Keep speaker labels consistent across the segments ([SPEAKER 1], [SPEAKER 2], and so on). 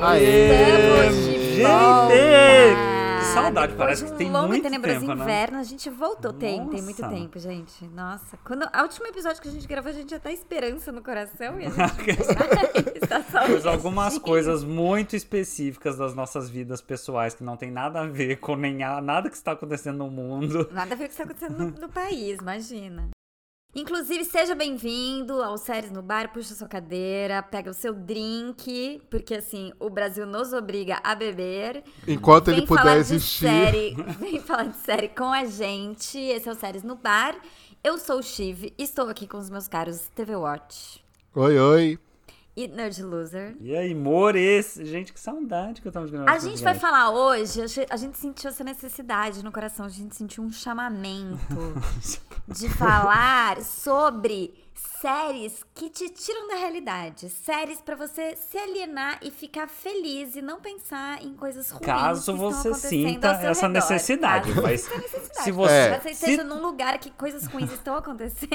[SPEAKER 1] Aê!
[SPEAKER 2] Estamos de
[SPEAKER 1] Gente!
[SPEAKER 2] volta!
[SPEAKER 3] Que saudade, parece que tem
[SPEAKER 2] Ah, Depois de um longo e
[SPEAKER 3] muito
[SPEAKER 2] tenebroso
[SPEAKER 3] tempo, né?
[SPEAKER 2] inverno, a gente voltou. Tem, tem muito
[SPEAKER 3] Nossa.
[SPEAKER 2] tempo, gente. Nossa, quando o último episódio que a gente gravou, a gente já tá esperança no coração e a gente tá, está só...
[SPEAKER 3] Pois algumas coisas muito específicas das nossas vidas pessoais que não tem nada a ver com nem a- nada que está acontecendo no mundo.
[SPEAKER 2] Nada a ver com o que está acontecendo no, no país, imagina. Inclusive, seja bem-vindo ao Séries no Bar, puxa sua cadeira, pega o seu drink, porque assim, o Brasil nos obriga a beber.
[SPEAKER 1] Enquanto ele
[SPEAKER 2] Vem falar
[SPEAKER 1] puder
[SPEAKER 2] de
[SPEAKER 1] existir.
[SPEAKER 2] série- vem falar de série com a gente. Esse é o Séries no Bar. Eu sou o Chive, estou aqui com os meus caros TV Watch
[SPEAKER 1] Oi, oi.
[SPEAKER 2] e Nerd Loser.
[SPEAKER 3] E aí, mores? Gente, que saudade que eu tava gravando.
[SPEAKER 2] A
[SPEAKER 3] esse
[SPEAKER 2] gente vai
[SPEAKER 3] episódio.
[SPEAKER 2] falar hoje, a gente- a gente sentiu essa necessidade no coração, a gente sentiu um chamamento de falar sobre séries que te tiram da realidade, séries pra você se alienar e ficar feliz e não pensar em coisas ruins.
[SPEAKER 3] Caso
[SPEAKER 2] que estão
[SPEAKER 3] você
[SPEAKER 2] acontecendo
[SPEAKER 3] sinta
[SPEAKER 2] ao seu
[SPEAKER 3] essa
[SPEAKER 2] redor. tá?
[SPEAKER 3] necessidade,
[SPEAKER 2] Caso
[SPEAKER 3] mas
[SPEAKER 2] você sinta necessidade.
[SPEAKER 3] se
[SPEAKER 1] É.
[SPEAKER 3] você-
[SPEAKER 2] Caso você
[SPEAKER 3] se-
[SPEAKER 2] esteja num lugar que coisas ruins estão acontecendo.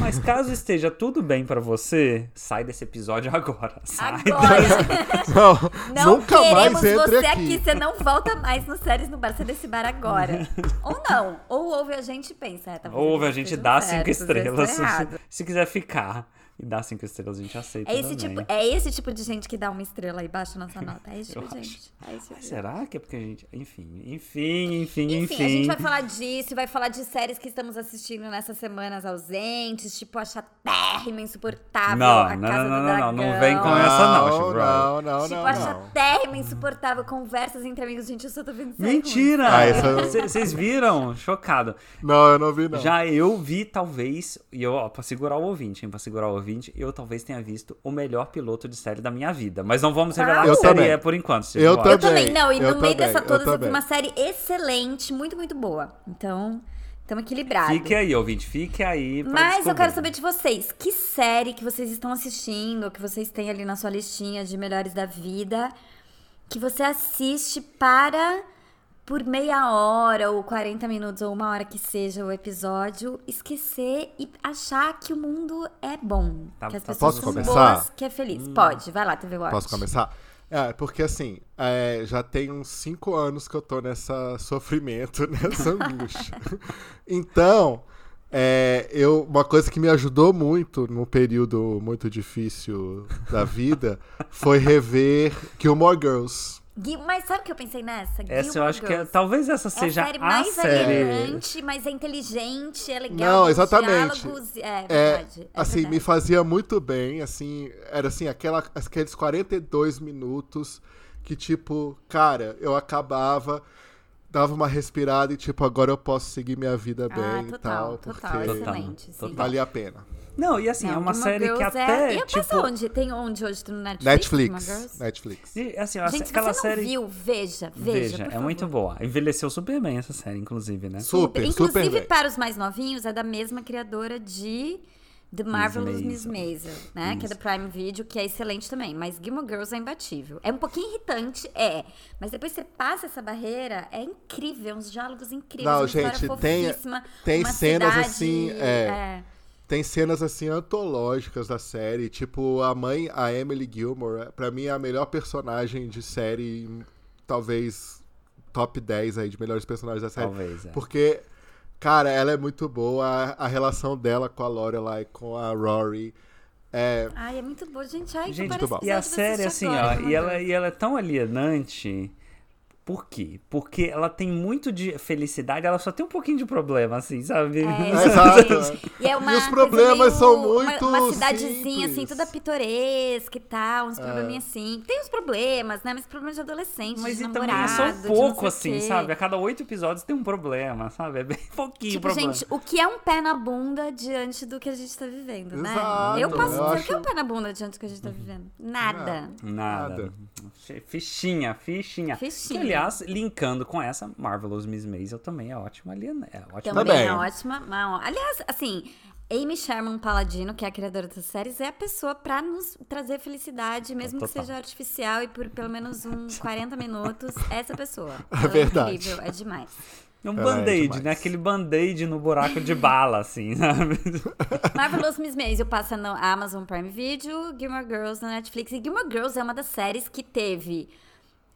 [SPEAKER 3] Mas caso esteja tudo bem pra você, sai desse episódio agora. Sai
[SPEAKER 2] Agora,
[SPEAKER 1] Não,
[SPEAKER 2] não
[SPEAKER 1] nunca
[SPEAKER 2] queremos
[SPEAKER 1] mais entre
[SPEAKER 2] você
[SPEAKER 1] aqui.
[SPEAKER 2] Você não volta mais no Séries no Bar, você desse bar agora. ou não. Ou ouve a gente e pensa. É, talvez
[SPEAKER 3] Ouve,
[SPEAKER 2] eu
[SPEAKER 3] a gente
[SPEAKER 2] esteja
[SPEAKER 3] dá
[SPEAKER 2] certo,
[SPEAKER 3] cinco
[SPEAKER 2] às vezes
[SPEAKER 3] estrelas.
[SPEAKER 2] tô errado.
[SPEAKER 3] Se, se quiser ficar e dar cinco estrelas, a gente aceita.
[SPEAKER 2] É esse,
[SPEAKER 3] também.
[SPEAKER 2] tipo, é esse tipo de gente que dá uma estrela e baixa nossa nota. É esse
[SPEAKER 3] Eu
[SPEAKER 2] tipo de
[SPEAKER 3] acho.
[SPEAKER 2] gente. É esse tipo de gente.
[SPEAKER 3] Será que é porque a gente. Enfim, enfim, enfim, enfim.
[SPEAKER 2] Enfim, a gente vai falar disso, vai falar de séries que estamos assistindo nessas semanas ausentes, tipo a chatérrima insuportável,
[SPEAKER 3] Não,
[SPEAKER 2] a
[SPEAKER 3] não, não,
[SPEAKER 2] Casa do
[SPEAKER 3] não, não, não
[SPEAKER 2] Dragão.
[SPEAKER 3] vem com essa não,
[SPEAKER 1] não,
[SPEAKER 3] Chico.
[SPEAKER 1] não, não,
[SPEAKER 2] Tipo,
[SPEAKER 1] não,
[SPEAKER 2] a
[SPEAKER 1] não.
[SPEAKER 2] chatérrima insuportável, conversas entre amigos. Gente, eu só tô vendo série ruim.
[SPEAKER 3] Mentira!
[SPEAKER 1] Ah, essa eu-
[SPEAKER 3] Cê- Vocês viram? Chocado.
[SPEAKER 1] Não, eu não vi, não.
[SPEAKER 3] Já eu vi, talvez, e eu, ó, pra segurar o ouvinte, hein? Pra segurar o ouvinte, eu talvez tenha visto o melhor piloto de série da minha vida. Mas não vamos revelar
[SPEAKER 2] Uau!
[SPEAKER 3] que
[SPEAKER 2] Ah, Eu
[SPEAKER 3] série
[SPEAKER 1] também.
[SPEAKER 3] é por enquanto. Chico,
[SPEAKER 1] Eu
[SPEAKER 3] bora.
[SPEAKER 2] Eu
[SPEAKER 1] também.
[SPEAKER 2] também, não. E
[SPEAKER 1] eu
[SPEAKER 2] no meio
[SPEAKER 1] também,
[SPEAKER 2] dessa
[SPEAKER 1] eu
[SPEAKER 2] todas, eu vi
[SPEAKER 1] também.
[SPEAKER 2] uma série excelente, muito, muito boa. Então, estamos equilibrados.
[SPEAKER 3] Fique aí, ouvinte, fique aí. pra
[SPEAKER 2] Mas eu
[SPEAKER 3] descobrir.
[SPEAKER 2] quero saber de vocês, que série que vocês estão assistindo, que vocês têm ali na sua listinha de melhores da vida, que você assiste para por meia hora ou 40 minutos ou uma hora que seja o episódio, esquecer e achar que o mundo é bom,
[SPEAKER 3] Tá-
[SPEAKER 2] que as
[SPEAKER 3] tá-
[SPEAKER 2] pessoas
[SPEAKER 1] posso
[SPEAKER 2] são
[SPEAKER 1] começar?
[SPEAKER 2] boas, que é
[SPEAKER 3] Hum.
[SPEAKER 2] feliz. Pode, vai lá, TV Watch.
[SPEAKER 1] Posso começar? É, porque assim, é, já tem uns cinco anos que eu tô nessa sofrimento, nessa angústia. Então, é, eu, uma coisa que me ajudou muito num período muito difícil da vida foi rever Gilmore Girls.
[SPEAKER 2] Gui- mas sabe o que eu pensei nessa?
[SPEAKER 3] Essa eu
[SPEAKER 2] Gilmore
[SPEAKER 3] acho que é,
[SPEAKER 2] Girls.
[SPEAKER 3] talvez essa
[SPEAKER 2] É a
[SPEAKER 3] seja
[SPEAKER 2] série mais
[SPEAKER 3] série.
[SPEAKER 2] alienante, mas é inteligente, é legal.
[SPEAKER 1] Não,
[SPEAKER 2] tem
[SPEAKER 1] exatamente.
[SPEAKER 2] Diálogos, é,
[SPEAKER 1] É,
[SPEAKER 2] verdade. é
[SPEAKER 1] assim, me
[SPEAKER 2] verdade.
[SPEAKER 1] fazia muito bem, assim, era assim, aquela, aqueles 42 minutos que, tipo, cara, eu acabava, dava uma respirada e, tipo, agora eu posso seguir minha vida bem
[SPEAKER 2] Ah,
[SPEAKER 1] e tal,
[SPEAKER 2] total, total,
[SPEAKER 1] porque
[SPEAKER 2] excelente. sim.
[SPEAKER 3] Total.
[SPEAKER 1] valia a pena.
[SPEAKER 3] Não, e assim, é
[SPEAKER 2] Não,
[SPEAKER 3] uma
[SPEAKER 2] Gilmore
[SPEAKER 3] série que
[SPEAKER 2] Girls é-
[SPEAKER 3] até.
[SPEAKER 2] E eu
[SPEAKER 3] tipo,
[SPEAKER 2] passo onde? Tem onde hoje? No Netflix? Gilmore
[SPEAKER 1] Netflix,
[SPEAKER 2] Girls?
[SPEAKER 1] Netflix.
[SPEAKER 3] e, assim, essa-
[SPEAKER 2] Gente, se
[SPEAKER 3] aquela
[SPEAKER 2] você
[SPEAKER 3] série.
[SPEAKER 2] não viu, veja, veja,
[SPEAKER 3] Veja,
[SPEAKER 2] por
[SPEAKER 3] é
[SPEAKER 2] favor.
[SPEAKER 3] muito boa. Envelheceu super bem essa série, inclusive, né?
[SPEAKER 1] Super, super
[SPEAKER 2] Inclusive,
[SPEAKER 1] bem.
[SPEAKER 2] para os mais novinhos, é da mesma criadora de The Marvelous Miss
[SPEAKER 3] Maisel.
[SPEAKER 2] Maisel, né? Que é da Prime Video, que é excelente também. Mas Gilmore Girls é imbatível. É um pouquinho irritante, é. Mas depois você passa essa barreira, é incrível. Uns diálogos incríveis,
[SPEAKER 1] Não,
[SPEAKER 2] uma história
[SPEAKER 1] gente, tem-
[SPEAKER 2] fofíssima,
[SPEAKER 1] tem
[SPEAKER 2] uma
[SPEAKER 1] cenas
[SPEAKER 2] cidade,
[SPEAKER 1] assim, é. Tem cenas assim antológicas da série, tipo a mãe, a Emily Gilmore, pra mim é a melhor personagem de série, talvez top 10 aí de melhores personagens da série.
[SPEAKER 3] Talvez. É.
[SPEAKER 1] Porque, cara, ela é muito boa, a, a relação dela com a Lorelai, com a Rory. É,
[SPEAKER 2] Ai, é muito bom, gente. Ai, então
[SPEAKER 3] Gente,
[SPEAKER 2] parece
[SPEAKER 1] muito bom.
[SPEAKER 3] E a
[SPEAKER 2] episódio pra
[SPEAKER 3] série,
[SPEAKER 2] assistir
[SPEAKER 3] assim,
[SPEAKER 2] agora,
[SPEAKER 3] ó,
[SPEAKER 2] Gilmore
[SPEAKER 3] e ela,
[SPEAKER 2] Girls.
[SPEAKER 3] e ela é tão alienante. Por quê? Porque ela tem muito de felicidade, ela só tem um pouquininho de problema, assim, sabe?
[SPEAKER 2] É,
[SPEAKER 1] Exato.
[SPEAKER 2] gente. E, é uma
[SPEAKER 1] E os
[SPEAKER 2] coisa
[SPEAKER 1] problemas
[SPEAKER 2] meio-
[SPEAKER 1] são
[SPEAKER 2] uma-
[SPEAKER 1] muito
[SPEAKER 2] Uma, cidadezinha, assim,
[SPEAKER 1] simples. É.
[SPEAKER 2] toda pitoresca e tal, uns probleminhas assim. Tem uns problemas, né? Mas problemas de adolescente,
[SPEAKER 3] Mas
[SPEAKER 2] de
[SPEAKER 3] então é
[SPEAKER 2] namorado, de
[SPEAKER 3] só
[SPEAKER 2] não sei
[SPEAKER 3] pouco,
[SPEAKER 2] o
[SPEAKER 3] assim,
[SPEAKER 2] quê.
[SPEAKER 3] sabe? A cada oito episódios tem um problema, sabe? É bem pouquinho
[SPEAKER 2] Tipo,
[SPEAKER 3] problema.
[SPEAKER 2] gente, o que é um pé na bunda diante do que a gente tá vivendo, né?
[SPEAKER 1] Exato,
[SPEAKER 2] eu posso
[SPEAKER 1] eu
[SPEAKER 2] dizer o que é um
[SPEAKER 1] acho- Uhum. É.
[SPEAKER 2] pé na bunda diante do que a gente tá vivendo. Nada.
[SPEAKER 3] Nada.
[SPEAKER 1] Nada.
[SPEAKER 3] Fi- Fichinha, fichinha.
[SPEAKER 2] Fichinha.
[SPEAKER 3] Que, aliás, linkando com essa, Marvelous Miss Maisel também é ótima ali, né? É ótima.
[SPEAKER 2] Também,
[SPEAKER 1] Também.
[SPEAKER 2] é ótima. Mas, ó, aliás, assim, Amy Sherman Paladino, que é a criadora das séries, é a pessoa pra nos trazer felicidade, mesmo que
[SPEAKER 3] Total.
[SPEAKER 2] seja artificial e por pelo menos uns 40 minutos, um essa pessoa. Ela É
[SPEAKER 1] verdade.
[SPEAKER 2] incrível, é demais.
[SPEAKER 3] É um
[SPEAKER 1] Ela é
[SPEAKER 3] band-aid,
[SPEAKER 1] demais.
[SPEAKER 3] né? Aquele band-aid no buraco de bala, assim, sabe?
[SPEAKER 2] Marvelous Miss Maisel passa no Amazon Prime Video, Gilmore Girls na Netflix. E Gilmore Girls é uma das séries que teve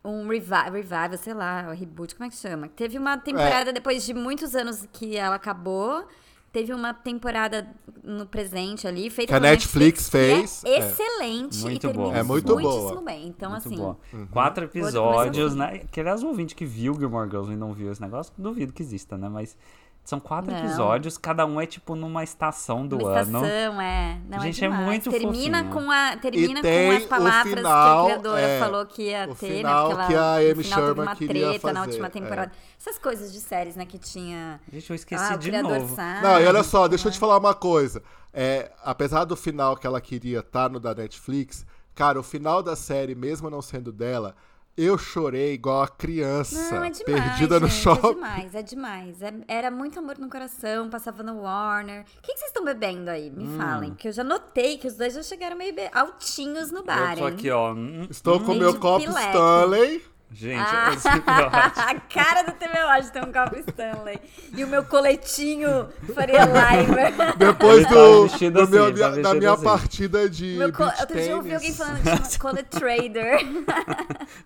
[SPEAKER 2] um revi- revival, sei lá, o reboot, como é que chama? Teve uma
[SPEAKER 1] É.
[SPEAKER 2] temporada depois de muitos anos que ela acabou. Teve uma temporada no presente ali, feita
[SPEAKER 1] Que a
[SPEAKER 2] pela
[SPEAKER 1] Netflix
[SPEAKER 2] que é
[SPEAKER 1] fez, é.
[SPEAKER 2] excelente
[SPEAKER 3] Muito
[SPEAKER 2] e termina
[SPEAKER 3] boa.
[SPEAKER 1] É muito boa.
[SPEAKER 2] muitíssimo bem. Então,
[SPEAKER 3] Muito
[SPEAKER 2] assim,
[SPEAKER 3] bom.
[SPEAKER 1] Uhum.
[SPEAKER 3] Quatro
[SPEAKER 2] começar
[SPEAKER 3] episódios,
[SPEAKER 2] assim.
[SPEAKER 3] né? Que aliás, o ouvinte que viu Gilmore Girls e não viu esse negócio, duvido que exista, né? Mas são quatro
[SPEAKER 2] Não.
[SPEAKER 3] episódios, cada um é tipo numa estação do
[SPEAKER 2] uma
[SPEAKER 3] ano.
[SPEAKER 2] estação, é. Não,
[SPEAKER 3] Gente,
[SPEAKER 2] é,
[SPEAKER 3] é
[SPEAKER 2] demais.
[SPEAKER 3] muito
[SPEAKER 2] Termina
[SPEAKER 3] fofinho.
[SPEAKER 2] com a Termina
[SPEAKER 1] E
[SPEAKER 2] com as
[SPEAKER 1] tem o
[SPEAKER 2] palavras
[SPEAKER 1] final,
[SPEAKER 2] que a criadora
[SPEAKER 1] é,
[SPEAKER 2] falou que ia
[SPEAKER 1] o
[SPEAKER 2] ter,
[SPEAKER 1] final
[SPEAKER 2] né? Porque
[SPEAKER 1] que a
[SPEAKER 2] ela,
[SPEAKER 1] Amy
[SPEAKER 2] no final teve
[SPEAKER 1] Sherman
[SPEAKER 2] uma
[SPEAKER 1] queria
[SPEAKER 2] treta na
[SPEAKER 1] fazer,
[SPEAKER 2] última
[SPEAKER 1] é.
[SPEAKER 2] temporada. Essas coisas de séries, né? Que tinha.
[SPEAKER 3] Gente, eu esqueci
[SPEAKER 2] ah, o
[SPEAKER 3] de
[SPEAKER 2] criador
[SPEAKER 3] novo.
[SPEAKER 2] sabe.
[SPEAKER 1] Não, e olha só, deixa
[SPEAKER 2] ah.
[SPEAKER 1] eu te falar uma coisa. É, apesar do final que ela queria estar no da Netflix, cara, o final da série, mesmo não sendo dela, eu chorei igual a criança
[SPEAKER 2] Não, é demais,
[SPEAKER 1] perdida no
[SPEAKER 2] gente, É
[SPEAKER 1] shopping.
[SPEAKER 2] demais, é demais. É- era muito amor no coração, passava no Warner. O que, que vocês estão bebendo aí?
[SPEAKER 1] Hum.
[SPEAKER 2] Me falem. Que eu já notei que os dois já chegaram meio be- altinhos no bar,
[SPEAKER 3] Eu tô
[SPEAKER 2] hein?
[SPEAKER 3] aqui, ó. Hum,
[SPEAKER 1] Estou com meu
[SPEAKER 2] de
[SPEAKER 1] copo
[SPEAKER 2] pileque.
[SPEAKER 1] Stanley.
[SPEAKER 3] Gente,
[SPEAKER 2] Ah,
[SPEAKER 3] esse episódio.
[SPEAKER 2] a cara do TV Watch tem um copo Stanley. E o meu coletinho Faria Limer.
[SPEAKER 1] Depois
[SPEAKER 3] Ele tá
[SPEAKER 1] do,
[SPEAKER 3] vestido
[SPEAKER 1] do
[SPEAKER 3] assim,
[SPEAKER 1] meu-
[SPEAKER 3] ele tá
[SPEAKER 1] da
[SPEAKER 3] vestido
[SPEAKER 1] minha
[SPEAKER 3] assim.
[SPEAKER 1] partida de
[SPEAKER 2] Meu co-
[SPEAKER 1] beach
[SPEAKER 2] Outro dia eu ouvi alguém
[SPEAKER 1] tennis.
[SPEAKER 2] falando que chama Cole Trader.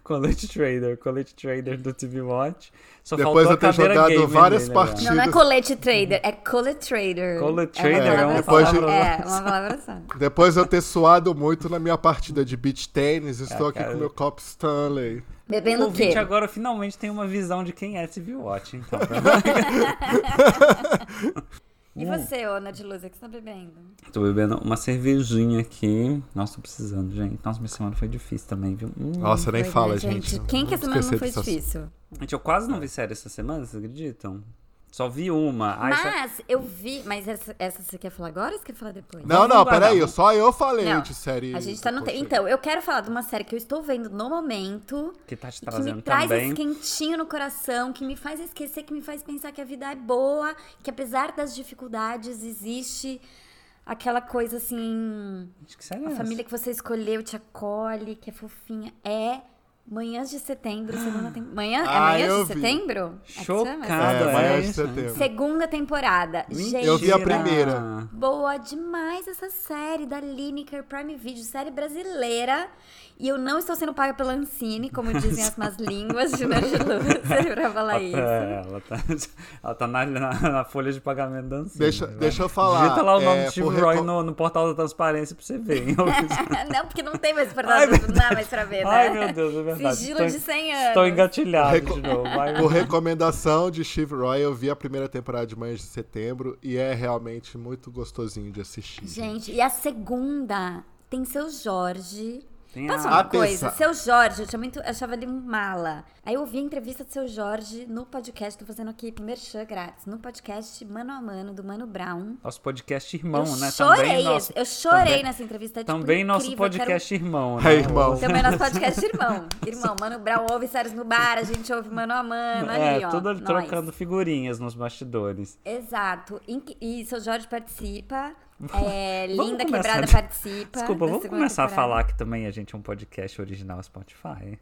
[SPEAKER 3] College Trader, College Trader do TV Watch. Só
[SPEAKER 1] Depois
[SPEAKER 3] faltou
[SPEAKER 1] eu ter
[SPEAKER 3] a cadeira
[SPEAKER 1] jogado
[SPEAKER 3] gamer né,
[SPEAKER 1] várias
[SPEAKER 3] dele,
[SPEAKER 1] partidas.
[SPEAKER 3] aliás.
[SPEAKER 2] Não, não é colete trader, é cole trader.
[SPEAKER 3] Cole
[SPEAKER 2] É uma
[SPEAKER 3] trader é
[SPEAKER 1] uma
[SPEAKER 2] palavra só.
[SPEAKER 1] palavra
[SPEAKER 2] É,
[SPEAKER 3] só.
[SPEAKER 2] uma palavra só.
[SPEAKER 1] Depois de eu ter suado muito na minha partida de beach tennis,
[SPEAKER 2] É,
[SPEAKER 1] estou aqui
[SPEAKER 3] cara.
[SPEAKER 1] com meu copo Stanley.
[SPEAKER 2] Bebendo
[SPEAKER 3] O
[SPEAKER 2] o quê?
[SPEAKER 3] ouvinte agora finalmente tem uma visão de quem é TV Watch, então.
[SPEAKER 2] E você, Ana de Luz, o que você tá bebendo?
[SPEAKER 3] Hum. Tô bebendo uma cervejinha aqui. Nossa, tô precisando, gente. Nossa, minha semana foi difícil também, viu? Hum.
[SPEAKER 1] Nossa, nem
[SPEAKER 2] Foi,
[SPEAKER 1] fala,
[SPEAKER 2] né,
[SPEAKER 1] gente.
[SPEAKER 2] Quem que essa
[SPEAKER 1] Vamos
[SPEAKER 2] semana não
[SPEAKER 1] esquecer
[SPEAKER 2] foi
[SPEAKER 1] dessas-
[SPEAKER 2] difícil?
[SPEAKER 3] Gente, eu quase não vi série essa semana, vocês acreditam? Só vi uma. Ai, só-
[SPEAKER 2] Mas eu vi. Mas essa, essa você quer falar agora ou você quer falar depois?
[SPEAKER 1] Não,
[SPEAKER 3] Vamos
[SPEAKER 1] não,
[SPEAKER 3] guardar,
[SPEAKER 1] peraí,
[SPEAKER 3] vamos.
[SPEAKER 1] só eu falei
[SPEAKER 2] Não,
[SPEAKER 1] de série.
[SPEAKER 2] A gente tá no
[SPEAKER 1] Poxa.
[SPEAKER 2] tempo. Então, eu quero falar de uma série que eu estou vendo no momento.
[SPEAKER 3] Que tá te
[SPEAKER 2] Que
[SPEAKER 3] trazendo
[SPEAKER 2] me traz
[SPEAKER 3] também.
[SPEAKER 2] esse quentinho no coração, que me faz esquecer, que me faz pensar que a vida é boa, que apesar das dificuldades existe aquela coisa assim.
[SPEAKER 3] Gente, que série é
[SPEAKER 2] A
[SPEAKER 3] essa?
[SPEAKER 2] família que você escolheu te acolhe, que é fofinha. É Manhãs de Setembro, segunda temporada. Manhã, é
[SPEAKER 1] Ah,
[SPEAKER 2] Manhãs
[SPEAKER 1] eu
[SPEAKER 2] de
[SPEAKER 1] vi.
[SPEAKER 2] Setembro? É que chama?
[SPEAKER 3] Chocada,
[SPEAKER 1] É, Manhã de
[SPEAKER 3] isso?
[SPEAKER 1] Setembro.
[SPEAKER 2] Segunda temporada. Gente,
[SPEAKER 1] Eu vi a
[SPEAKER 3] Mentira.
[SPEAKER 1] primeira.
[SPEAKER 2] Boa demais essa série da Lineker Prime Video, série brasileira. E eu não estou sendo paga pela Ancine, como dizem as más línguas de Nerdiluce, pra falar
[SPEAKER 3] Ela tá, ela
[SPEAKER 2] isso.
[SPEAKER 3] tá, ela tá na, na- na folha de pagamento da Ancine,
[SPEAKER 1] Deixa,
[SPEAKER 3] né?
[SPEAKER 1] deixa eu falar.
[SPEAKER 3] Digita lá o nome
[SPEAKER 1] é,
[SPEAKER 3] do Steve
[SPEAKER 1] por
[SPEAKER 3] Roy
[SPEAKER 1] reco-
[SPEAKER 3] no, no portal da transparência pra você ver. hein?
[SPEAKER 2] não, porque não tem mais
[SPEAKER 3] Ai,
[SPEAKER 2] portal,
[SPEAKER 3] meu
[SPEAKER 2] não dá mais pra ver, né?
[SPEAKER 3] Ai, meu Deus, é verdade.
[SPEAKER 2] Sigilo
[SPEAKER 3] Estou-
[SPEAKER 2] de 100 anos.
[SPEAKER 3] Estou engatilhado
[SPEAKER 1] Reco-
[SPEAKER 3] de novo. Ai, meu
[SPEAKER 1] Por recomendação de Steve Roy, eu vi a primeira temporada de Manhãs de Setembro e é realmente muito gostosinho de assistir.
[SPEAKER 2] Gente, e a segunda tem seu Jorge.
[SPEAKER 3] Tem
[SPEAKER 2] Posso
[SPEAKER 3] a-
[SPEAKER 2] falar uma
[SPEAKER 1] Ah, pensa.
[SPEAKER 2] coisa? Seu Jorge, eu, tinha muito, eu achava ele um mala. Aí eu ouvi a entrevista do seu Jorge no podcast, tô fazendo aqui merchan grátis, no podcast Mano a Mano, do Mano Brown.
[SPEAKER 3] Nosso podcast irmão,
[SPEAKER 2] eu
[SPEAKER 3] né?
[SPEAKER 2] chorei,
[SPEAKER 3] também nosso,
[SPEAKER 2] eu chorei
[SPEAKER 3] também,
[SPEAKER 2] nessa entrevista. é, tipo,
[SPEAKER 3] Também nosso
[SPEAKER 2] incrível, eu quero-
[SPEAKER 3] podcast irmão, né?
[SPEAKER 1] É, irmão.
[SPEAKER 2] Também nosso podcast irmão. Irmão, Mano Brown ouve séries no bar, a gente ouve Mano a Mano,
[SPEAKER 3] É,
[SPEAKER 2] ali, ó.
[SPEAKER 3] tudo
[SPEAKER 2] nós.
[SPEAKER 3] trocando figurinhas nos bastidores.
[SPEAKER 2] Exato. Inc- E seu Jorge participa. é,
[SPEAKER 3] Vamos
[SPEAKER 2] Linda
[SPEAKER 3] começar
[SPEAKER 2] Quebrada
[SPEAKER 3] de-
[SPEAKER 2] participa.
[SPEAKER 3] Desculpa,
[SPEAKER 2] da
[SPEAKER 3] vamos
[SPEAKER 2] segunda
[SPEAKER 3] começar a
[SPEAKER 2] temporada.
[SPEAKER 3] falar que também a gente é um podcast original Spotify.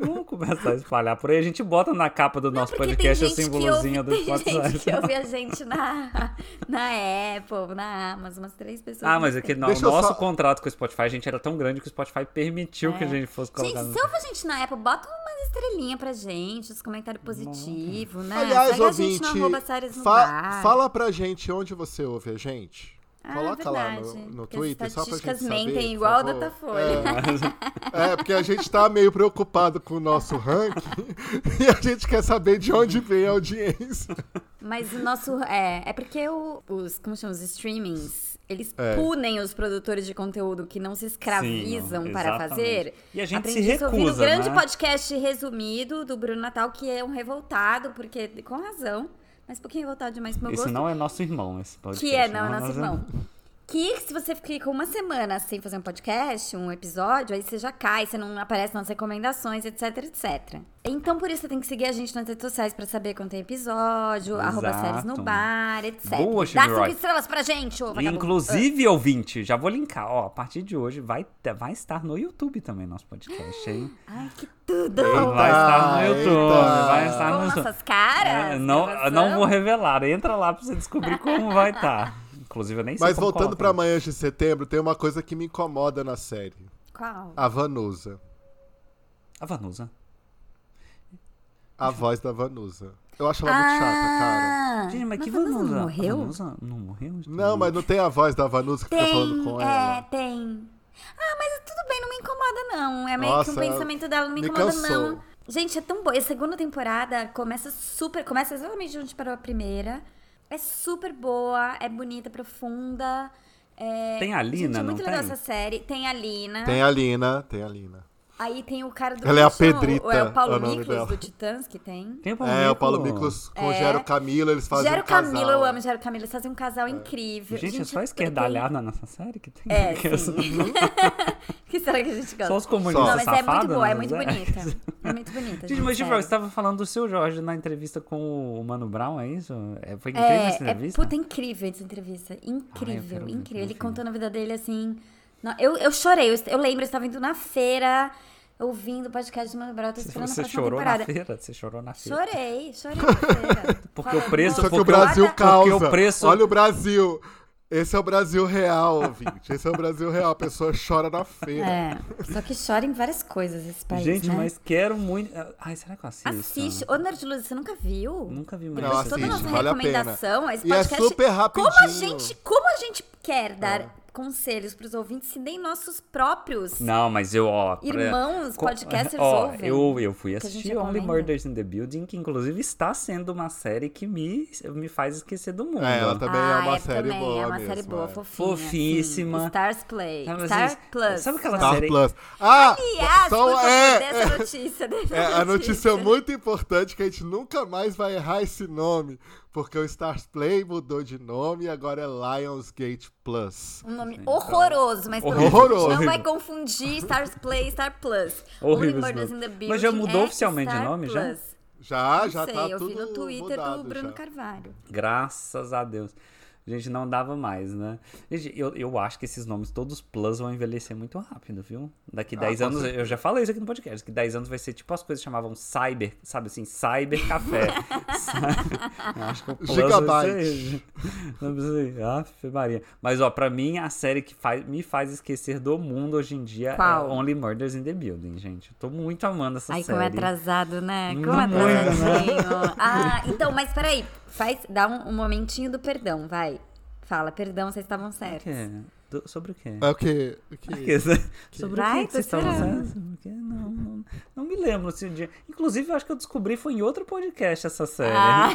[SPEAKER 3] vamos começar a espalhar por aí. A gente bota na capa do nosso
[SPEAKER 2] Porque
[SPEAKER 3] podcast é o
[SPEAKER 2] tem gente que ouve,
[SPEAKER 3] símbolozinho do
[SPEAKER 2] Tem
[SPEAKER 3] Spotify.
[SPEAKER 2] gente que ouve a gente na, na Apple, na Amazon, umas três pessoas.
[SPEAKER 3] Ah, mas é que no-
[SPEAKER 1] Deixa eu
[SPEAKER 3] nosso
[SPEAKER 1] só-
[SPEAKER 3] contrato com o Spotify, a gente era tão grande que o Spotify permitiu que a gente fosse colocar
[SPEAKER 2] É. Gente,
[SPEAKER 3] no-
[SPEAKER 2] se ouve a gente na Apple, bota uma estrelinha pra gente, os comentários positivos, né?
[SPEAKER 1] Aliás,
[SPEAKER 2] Segue
[SPEAKER 1] ouvinte,
[SPEAKER 2] a gente no arroba Sares no
[SPEAKER 1] fa-
[SPEAKER 2] Bar.
[SPEAKER 1] fala pra gente onde você ouve a gente.
[SPEAKER 2] Ah,
[SPEAKER 1] Coloca lá no,
[SPEAKER 2] verdade,
[SPEAKER 1] no
[SPEAKER 2] porque
[SPEAKER 1] Twitter,
[SPEAKER 2] as
[SPEAKER 1] só pra gente
[SPEAKER 2] estatísticas
[SPEAKER 1] saber.
[SPEAKER 2] mentem
[SPEAKER 1] por
[SPEAKER 2] igual a
[SPEAKER 1] favor.
[SPEAKER 2] Datafolha.
[SPEAKER 1] É, é, porque a gente tá meio preocupado com o nosso ranking e a gente quer saber de onde vem a audiência.
[SPEAKER 2] Mas o nosso. É, é porque o- os. Como chama? Os streamings. Eles
[SPEAKER 1] É.
[SPEAKER 2] punem os produtores de conteúdo que não se escravizam
[SPEAKER 3] Sim,
[SPEAKER 2] para
[SPEAKER 3] exatamente.
[SPEAKER 2] fazer.
[SPEAKER 3] E a gente
[SPEAKER 2] Aprendi
[SPEAKER 3] se
[SPEAKER 2] isso ouvindo o
[SPEAKER 3] recusa,
[SPEAKER 2] grande
[SPEAKER 3] né?
[SPEAKER 2] podcast resumido do Bruno Natal, que é um revoltado, porque. Com razão. Mas um pouquinho revoltado demais pro meu
[SPEAKER 3] Esse
[SPEAKER 2] gosto.
[SPEAKER 3] não é nosso irmão, esse podcast.
[SPEAKER 2] que é, não, é nosso
[SPEAKER 3] Nós-
[SPEAKER 2] irmão. Que se você fica uma semana sem fazer um podcast, um episódio, aí você já cai, você não aparece nas recomendações, etc, etc. Então por isso você tem que seguir a gente nas redes sociais pra saber quando tem episódio, arroba
[SPEAKER 3] Exato.
[SPEAKER 2] séries no bar, etc.
[SPEAKER 3] Boa,
[SPEAKER 2] Dá
[SPEAKER 3] Shimmy
[SPEAKER 2] cinco
[SPEAKER 3] Roy.
[SPEAKER 2] estrelas pra gente, ô vagabundo.
[SPEAKER 3] Inclusive, ouvinte, já vou linkar, ó, a partir de hoje vai, ter- vai estar no YouTube também nosso podcast, hein?
[SPEAKER 2] Ai, que tudo!
[SPEAKER 3] vai estar no
[SPEAKER 1] eita.
[SPEAKER 3] YouTube, vai estar
[SPEAKER 2] Com
[SPEAKER 3] no YouTube.
[SPEAKER 2] nossas caras?
[SPEAKER 3] É, não,
[SPEAKER 2] gravação.
[SPEAKER 3] não vou revelar, entra lá pra você descobrir como vai estar. Inclusive, eu nem sei
[SPEAKER 1] Mas
[SPEAKER 3] como
[SPEAKER 1] voltando
[SPEAKER 3] coloca.
[SPEAKER 1] pra manhã de setembro, tem uma coisa que me incomoda na série.
[SPEAKER 2] Qual?
[SPEAKER 1] A Vanusa.
[SPEAKER 3] A Vanusa.
[SPEAKER 1] A voz da Vanusa. Eu acho ela muito
[SPEAKER 2] ah,
[SPEAKER 1] chata, cara.
[SPEAKER 3] Gente, mas, que
[SPEAKER 2] a Vanusa
[SPEAKER 3] Vanusa?
[SPEAKER 2] não morreu?
[SPEAKER 3] A Vanusa não morreu?
[SPEAKER 1] Não, mas não tem a voz da Vanusa que fica Tá falando
[SPEAKER 2] Tem,
[SPEAKER 1] com
[SPEAKER 2] é,
[SPEAKER 1] ela.
[SPEAKER 2] tem. Ah, mas tudo bem, não me incomoda, não. É meio que um
[SPEAKER 1] Nossa,
[SPEAKER 2] pensamento dela, não me,
[SPEAKER 1] me
[SPEAKER 2] incomoda,
[SPEAKER 1] cansou.
[SPEAKER 2] não. Gente, é tão boa. E a segunda temporada começa super. Começa exatamente de onde parou a primeira. É super boa, é bonita, profunda. É...
[SPEAKER 3] Tem a Lina,
[SPEAKER 2] Gente, é
[SPEAKER 3] não
[SPEAKER 2] muito legal
[SPEAKER 3] tem?
[SPEAKER 2] essa série. Tem a Lina.
[SPEAKER 1] Tem a Lina, tem a Lina.
[SPEAKER 2] Aí tem o cara do.
[SPEAKER 1] Ela é a
[SPEAKER 2] como chama?
[SPEAKER 1] Pedrita,
[SPEAKER 2] Ou é o
[SPEAKER 1] é
[SPEAKER 2] Paulo
[SPEAKER 1] o nome dela.
[SPEAKER 2] Miklos do Titãs que tem.
[SPEAKER 3] Tem um o Paulo
[SPEAKER 1] É, o Paulo
[SPEAKER 3] Miklos.
[SPEAKER 1] Miklos com o
[SPEAKER 2] É.
[SPEAKER 1] Gero Camilo, eles fazem
[SPEAKER 2] Gero
[SPEAKER 1] um casal.
[SPEAKER 2] Camilo, eu amo Gero Camilo. Eles fazem um casal incrível.
[SPEAKER 3] Gente, é só
[SPEAKER 2] tudo
[SPEAKER 3] esquerdalhada nessa série que tem.
[SPEAKER 2] tem- É,
[SPEAKER 3] Porque
[SPEAKER 2] sim. O que será que a gente gosta?
[SPEAKER 3] Só os comunistas
[SPEAKER 1] Só.
[SPEAKER 2] Não, mas é
[SPEAKER 3] safados,
[SPEAKER 2] muito boa, é
[SPEAKER 3] né?
[SPEAKER 2] muito bonita. É muito bonita.
[SPEAKER 3] Gente, mas tipo,
[SPEAKER 2] sério.
[SPEAKER 3] você estava falando do seu Jorge na entrevista com o Mano Brown, é isso? É, foi incrível essa
[SPEAKER 2] é, é,
[SPEAKER 3] entrevista?
[SPEAKER 2] puta, incrível essa entrevista. Incrível,
[SPEAKER 3] quero ver,
[SPEAKER 2] incrível. Ele
[SPEAKER 3] enfim.
[SPEAKER 2] contando a vida dele assim. não, eu, eu chorei, eu, est- eu lembro, eu estava indo na feira, ouvindo o podcast do Mano Brown, tô esperando
[SPEAKER 3] você
[SPEAKER 2] a próxima
[SPEAKER 3] chorou
[SPEAKER 2] temporada.
[SPEAKER 3] na feira? Você chorou na feira?
[SPEAKER 2] Chorei, chorei na feira.
[SPEAKER 3] Porque é o preço-
[SPEAKER 1] Só que o
[SPEAKER 3] Porque
[SPEAKER 1] Brasil
[SPEAKER 2] guarda-
[SPEAKER 1] causa.
[SPEAKER 3] porque o preço-
[SPEAKER 1] Olha o Brasil. Esse é o Brasil real, ouvinte. Esse é o Brasil real. A pessoa chora na feira.
[SPEAKER 2] É, só que chora em várias coisas esse país,
[SPEAKER 3] Gente,
[SPEAKER 2] né?
[SPEAKER 3] mas é quero muito. Ai, será que eu assisto?
[SPEAKER 2] Assiste. Ô, Nerd Luz, você nunca viu?
[SPEAKER 3] Nunca vi
[SPEAKER 1] Não,
[SPEAKER 3] mais.
[SPEAKER 2] Mas toda a nossa
[SPEAKER 1] assiste, vale a pena.
[SPEAKER 2] recomendação, esse
[SPEAKER 1] E é
[SPEAKER 2] podcast.
[SPEAKER 1] super
[SPEAKER 3] Tá
[SPEAKER 1] rapidinho.
[SPEAKER 2] Como a gente, como a gente
[SPEAKER 3] Ah.
[SPEAKER 2] quer dar conselhos pros ouvintes se nem nossos próprios
[SPEAKER 3] Não, mas eu, ó. pra-
[SPEAKER 2] irmãos
[SPEAKER 3] Co-
[SPEAKER 2] podcasters
[SPEAKER 3] ó,
[SPEAKER 2] ouvem?
[SPEAKER 3] eu, eu fui
[SPEAKER 2] a gente é
[SPEAKER 3] assistir Only
[SPEAKER 2] recomenda.
[SPEAKER 3] Murders in the Building, que inclusive está sendo uma série que me, me faz esquecer do mundo.
[SPEAKER 1] É, ela também é
[SPEAKER 2] Ah,
[SPEAKER 1] uma série
[SPEAKER 2] também,
[SPEAKER 1] boa
[SPEAKER 2] É uma
[SPEAKER 1] mesmo,
[SPEAKER 2] série boa,
[SPEAKER 1] é.
[SPEAKER 2] fofinha.
[SPEAKER 3] Fofíssima.
[SPEAKER 2] sim. Stars Play.
[SPEAKER 3] Sabe,
[SPEAKER 2] Star
[SPEAKER 3] assim,
[SPEAKER 2] Plus.
[SPEAKER 3] sabe aquela
[SPEAKER 1] Star
[SPEAKER 3] série-
[SPEAKER 1] Plus. Ah, só-
[SPEAKER 2] Aliás, por favor,
[SPEAKER 1] é,
[SPEAKER 2] dessa
[SPEAKER 1] é,
[SPEAKER 2] notícia. Dessa
[SPEAKER 1] é a notícia muito importante que a gente nunca mais vai errar esse nome, porque o Stars Play mudou de nome e agora é Lionsgate Plus.
[SPEAKER 2] Um nome
[SPEAKER 3] Então,
[SPEAKER 2] horroroso, mas pelo
[SPEAKER 1] Horroroso.
[SPEAKER 2] menos não vai
[SPEAKER 3] Horrível.
[SPEAKER 2] confundir Stars Play e Star Plus.
[SPEAKER 3] Horrível
[SPEAKER 2] Only
[SPEAKER 3] esse
[SPEAKER 2] Murders in
[SPEAKER 3] nome.
[SPEAKER 2] the Building
[SPEAKER 3] Mas já mudou
[SPEAKER 2] é
[SPEAKER 3] oficialmente o
[SPEAKER 2] Star
[SPEAKER 3] nome, já?
[SPEAKER 2] Plus.
[SPEAKER 1] Já,
[SPEAKER 2] Não
[SPEAKER 1] já
[SPEAKER 2] sei,
[SPEAKER 1] tá
[SPEAKER 2] eu
[SPEAKER 1] tudo
[SPEAKER 2] vi no Twitter
[SPEAKER 1] mudado
[SPEAKER 2] do Bruno
[SPEAKER 1] já.
[SPEAKER 2] Carvalho.
[SPEAKER 3] Graças a Deus. Gente, não dava mais, né? Gente, eu, eu acho que esses nomes todos plus vão envelhecer muito rápido, viu? Daqui
[SPEAKER 1] Ah,
[SPEAKER 3] 10
[SPEAKER 1] com
[SPEAKER 3] anos,
[SPEAKER 1] certeza.
[SPEAKER 3] eu já falei isso aqui no podcast, que 10 anos vai ser tipo as coisas que chamavam cyber, sabe assim, cyber café. Sabe? Eu acho que o plus vai
[SPEAKER 1] Gigabyte.
[SPEAKER 3] ser- Não precisa, Aff, Ah, Maria. Mas ó, pra mim a série que faz, me faz esquecer do mundo hoje em dia
[SPEAKER 2] Qual?
[SPEAKER 3] é Only Murders in the Building, gente. Eu tô muito amando essa
[SPEAKER 2] Ai,
[SPEAKER 3] série.
[SPEAKER 2] como é atrasado, né? Como é
[SPEAKER 3] Muito, né?
[SPEAKER 2] atrasadinho. Ah, então, mas peraí. Faz, dá um, um momentinho do perdão, vai. Fala, perdão, vocês estavam
[SPEAKER 3] O
[SPEAKER 2] certos.
[SPEAKER 3] quê? Do- sobre o quê?
[SPEAKER 1] É o que? O que?
[SPEAKER 3] Que- Sobre
[SPEAKER 2] Vai,
[SPEAKER 3] o que, que
[SPEAKER 2] tô
[SPEAKER 3] vocês estavam
[SPEAKER 2] esperando.
[SPEAKER 3] falando? Sobre o quê? Não, não, não me lembro esse dia. Inclusive, eu acho que eu descobri foi em outro podcast essa série.
[SPEAKER 2] Ah.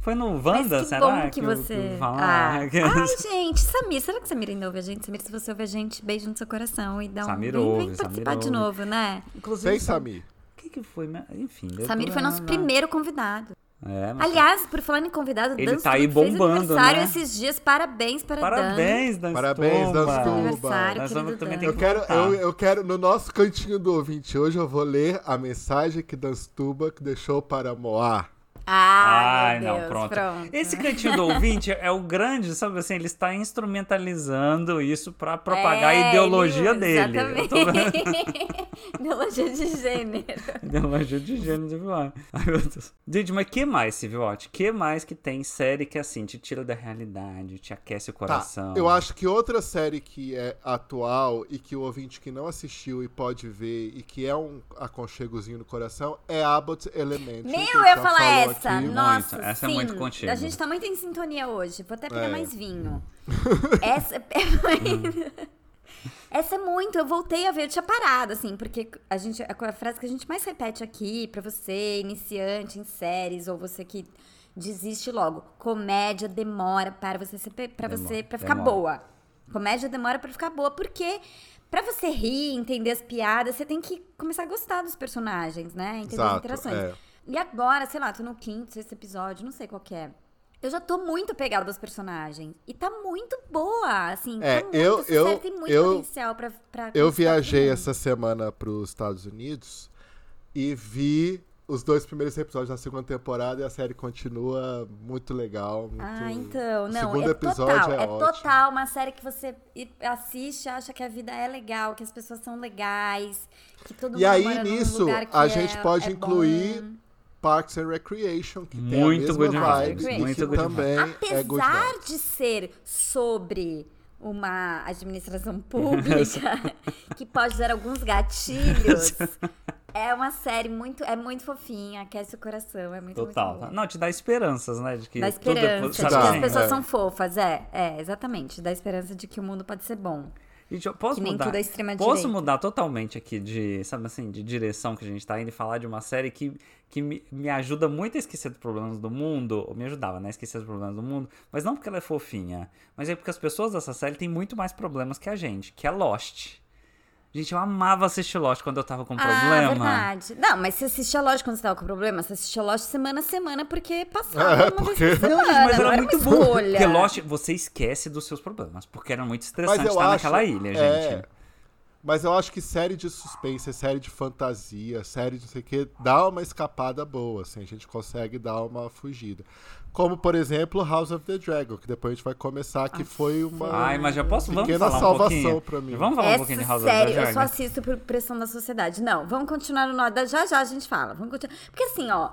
[SPEAKER 3] foi no
[SPEAKER 2] Mas
[SPEAKER 3] Wanda,
[SPEAKER 2] que
[SPEAKER 3] será?
[SPEAKER 2] bom que,
[SPEAKER 3] eu- eu
[SPEAKER 2] você.
[SPEAKER 3] falo-
[SPEAKER 2] Ah.
[SPEAKER 3] que-
[SPEAKER 2] Ai, gente, Samir, será que Samir ainda ouve a gente? Samir, se você ouve a gente, beijo no seu coração e dá um.
[SPEAKER 3] Samir
[SPEAKER 2] vem, vem
[SPEAKER 3] ouve,
[SPEAKER 2] participar
[SPEAKER 3] Samir
[SPEAKER 2] de
[SPEAKER 3] ouve.
[SPEAKER 2] novo, né?
[SPEAKER 3] Inclusive,
[SPEAKER 1] Tem,
[SPEAKER 3] sabe-
[SPEAKER 1] Samir?
[SPEAKER 3] O que, que foi? né? Enfim. eu tô-
[SPEAKER 2] Samir foi nosso
[SPEAKER 3] na-
[SPEAKER 2] primeiro convidado.
[SPEAKER 3] É, mas-
[SPEAKER 2] Aliás, por falar em convidado,
[SPEAKER 3] Ele
[SPEAKER 2] Dan
[SPEAKER 3] tá aí
[SPEAKER 2] Stuck fez
[SPEAKER 3] bombando,
[SPEAKER 2] aniversário
[SPEAKER 3] né?
[SPEAKER 2] esses dias. Parabéns para
[SPEAKER 3] Parabéns, Dan
[SPEAKER 1] Parabéns, Dan
[SPEAKER 3] Stoma.
[SPEAKER 1] Stoma.
[SPEAKER 2] Aniversário,
[SPEAKER 3] Nós vamos
[SPEAKER 2] querido
[SPEAKER 3] também
[SPEAKER 2] Dan.
[SPEAKER 3] ter
[SPEAKER 1] Eu
[SPEAKER 3] que
[SPEAKER 1] quero,
[SPEAKER 3] voltar.
[SPEAKER 1] eu, eu quero, no nosso cantinho do ouvinte hoje, eu vou ler a mensagem que Danstuba que deixou para Moá.
[SPEAKER 2] Dan. Ah,
[SPEAKER 3] Ai,
[SPEAKER 2] meu Deus,
[SPEAKER 3] não,
[SPEAKER 2] pronto.
[SPEAKER 3] pronto. Esse cantinho do ouvinte é o grande, sabe assim, ele está instrumentalizando isso pra propagar
[SPEAKER 2] É,
[SPEAKER 3] a ideologia
[SPEAKER 2] ele-
[SPEAKER 3] dele. Eu tô-
[SPEAKER 2] Exatamente. ideologia de gênero.
[SPEAKER 3] Ideologia de gênero de vilão. Ai, meu Deus. Gente, mas que mais, Civil Watch? Que mais que tem série que, assim, te tira da realidade, te aquece o
[SPEAKER 1] Tá,
[SPEAKER 3] coração?
[SPEAKER 1] eu acho que outra série que é atual e que o ouvinte que não assistiu e pode ver e que é um aconchegozinho no coração é Abbott Elementary. que
[SPEAKER 2] Meu, eu
[SPEAKER 1] já
[SPEAKER 2] ia falar
[SPEAKER 1] falou
[SPEAKER 2] essa.
[SPEAKER 1] aqui.
[SPEAKER 2] Nossa,
[SPEAKER 3] Muito, essa é
[SPEAKER 2] sim.
[SPEAKER 3] muito contigo.
[SPEAKER 2] A gente tá muito em sintonia hoje. Vou até pegar
[SPEAKER 1] É.
[SPEAKER 2] mais vinho. essa é muito... Essa é muito, eu voltei a ver, eu tinha parado, assim, porque a gente, a, a frase que a gente mais repete aqui pra você, iniciante em séries, ou você que desiste logo, comédia demora para você ser, para
[SPEAKER 3] Demora,
[SPEAKER 2] você, para ficar
[SPEAKER 3] demora.
[SPEAKER 2] boa. Comédia demora pra ficar boa, porque pra você rir, entender as piadas, você tem que começar a gostar dos personagens, né? Entender as
[SPEAKER 1] Exato,
[SPEAKER 2] interações.
[SPEAKER 1] é.
[SPEAKER 2] E agora, sei lá, tô no quinto, sexto episódio, não sei qual que é. Eu já tô muito apegada aos personagens. E tá muito boa, assim.
[SPEAKER 1] É,
[SPEAKER 2] tá muito,
[SPEAKER 1] eu-
[SPEAKER 2] essa
[SPEAKER 1] eu-
[SPEAKER 2] série tem muito
[SPEAKER 1] eu-
[SPEAKER 2] potencial pra, pra
[SPEAKER 1] Eu
[SPEAKER 2] conquistar todo
[SPEAKER 1] viajei
[SPEAKER 2] mundo.
[SPEAKER 1] essa semana para os Estados Unidos e vi os dois primeiros episódios da segunda temporada e a série continua muito legal. Muito...
[SPEAKER 2] Ah, então,
[SPEAKER 1] O
[SPEAKER 2] não,
[SPEAKER 1] segundo
[SPEAKER 2] é
[SPEAKER 1] episódio
[SPEAKER 2] total,
[SPEAKER 1] é
[SPEAKER 2] é,
[SPEAKER 1] ótimo.
[SPEAKER 2] total uma série que você i- assiste, acha que a vida é legal, que as pessoas são legais, que todo mundo
[SPEAKER 1] E aí
[SPEAKER 2] mora num
[SPEAKER 1] nisso
[SPEAKER 2] lugar que
[SPEAKER 1] a
[SPEAKER 2] é-
[SPEAKER 1] gente pode
[SPEAKER 2] é bom.
[SPEAKER 1] incluir Parks and Recreation, que tem a
[SPEAKER 3] Muito
[SPEAKER 1] mesma
[SPEAKER 3] Good
[SPEAKER 1] vibe,
[SPEAKER 2] Vibes,
[SPEAKER 1] e
[SPEAKER 2] muito
[SPEAKER 1] que
[SPEAKER 3] Good
[SPEAKER 1] também é Good
[SPEAKER 2] Apesar
[SPEAKER 1] Vibes.
[SPEAKER 2] de ser sobre uma administração pública que pode dar alguns gatilhos, é uma série muito, é muito fofinha, aquece o coração, é muito
[SPEAKER 3] Total. tá?
[SPEAKER 2] Muito boa.
[SPEAKER 3] Não, te dá esperanças, né? De que
[SPEAKER 2] Dá
[SPEAKER 3] tudo é
[SPEAKER 2] esperança de
[SPEAKER 1] sabe?
[SPEAKER 2] que as
[SPEAKER 1] Dá,
[SPEAKER 2] pessoas
[SPEAKER 1] é.
[SPEAKER 2] são fofas, é, é, exatamente. Dá esperança de que o mundo pode ser bom.
[SPEAKER 3] Gente, eu posso
[SPEAKER 2] Que nem
[SPEAKER 3] mudar,
[SPEAKER 2] tudo é extrema
[SPEAKER 3] posso
[SPEAKER 2] direita.
[SPEAKER 3] mudar totalmente aqui de, sabe assim, de direção que a gente tá indo e falar de uma série que, que me, me ajuda muito a esquecer dos problemas do mundo, ou me ajudava, né, a esquecer dos problemas do mundo, mas não porque ela é fofinha, mas é porque as pessoas dessa série têm muito mais problemas que a gente, que é Lost. Gente, eu amava assistir Lost quando eu tava com
[SPEAKER 2] Ah,
[SPEAKER 3] problema.
[SPEAKER 2] verdade. Não, mas você assistia Lost quando você tava com problema? Você assistia Lost semana a semana porque passava
[SPEAKER 1] É,
[SPEAKER 2] uma
[SPEAKER 1] porque-
[SPEAKER 2] vez por semana.
[SPEAKER 3] Mas
[SPEAKER 2] não
[SPEAKER 3] era
[SPEAKER 2] era
[SPEAKER 3] muito
[SPEAKER 2] uma
[SPEAKER 3] bom.
[SPEAKER 2] escolha.
[SPEAKER 3] Porque Lost, você esquece dos seus problemas. Porque era muito
[SPEAKER 1] Mas
[SPEAKER 3] estressante
[SPEAKER 1] eu
[SPEAKER 3] estar
[SPEAKER 1] acho,
[SPEAKER 3] tá naquela ilha,
[SPEAKER 1] é,
[SPEAKER 3] gente.
[SPEAKER 1] mas eu acho que série de suspense, série de fantasia, série de não sei o que, dá uma escapada boa, assim, a gente consegue dar uma fugida. Como, por exemplo, House of the Dragon, que depois a gente vai começar,
[SPEAKER 3] Ah,
[SPEAKER 1] que foi uma...
[SPEAKER 3] Ai, mas já posso? Vamos
[SPEAKER 1] Pequena
[SPEAKER 3] falar um
[SPEAKER 1] salvação
[SPEAKER 3] pouquinho?
[SPEAKER 1] pra mim.
[SPEAKER 3] Vamos falar um pouquinho de
[SPEAKER 2] Essa
[SPEAKER 3] House
[SPEAKER 2] série,
[SPEAKER 3] of the
[SPEAKER 2] eu só
[SPEAKER 3] Dragon?
[SPEAKER 2] assisto por pressão da sociedade. Não, vamos continuar no nó da Já já a gente fala. Vamos continuar. Porque assim, ó,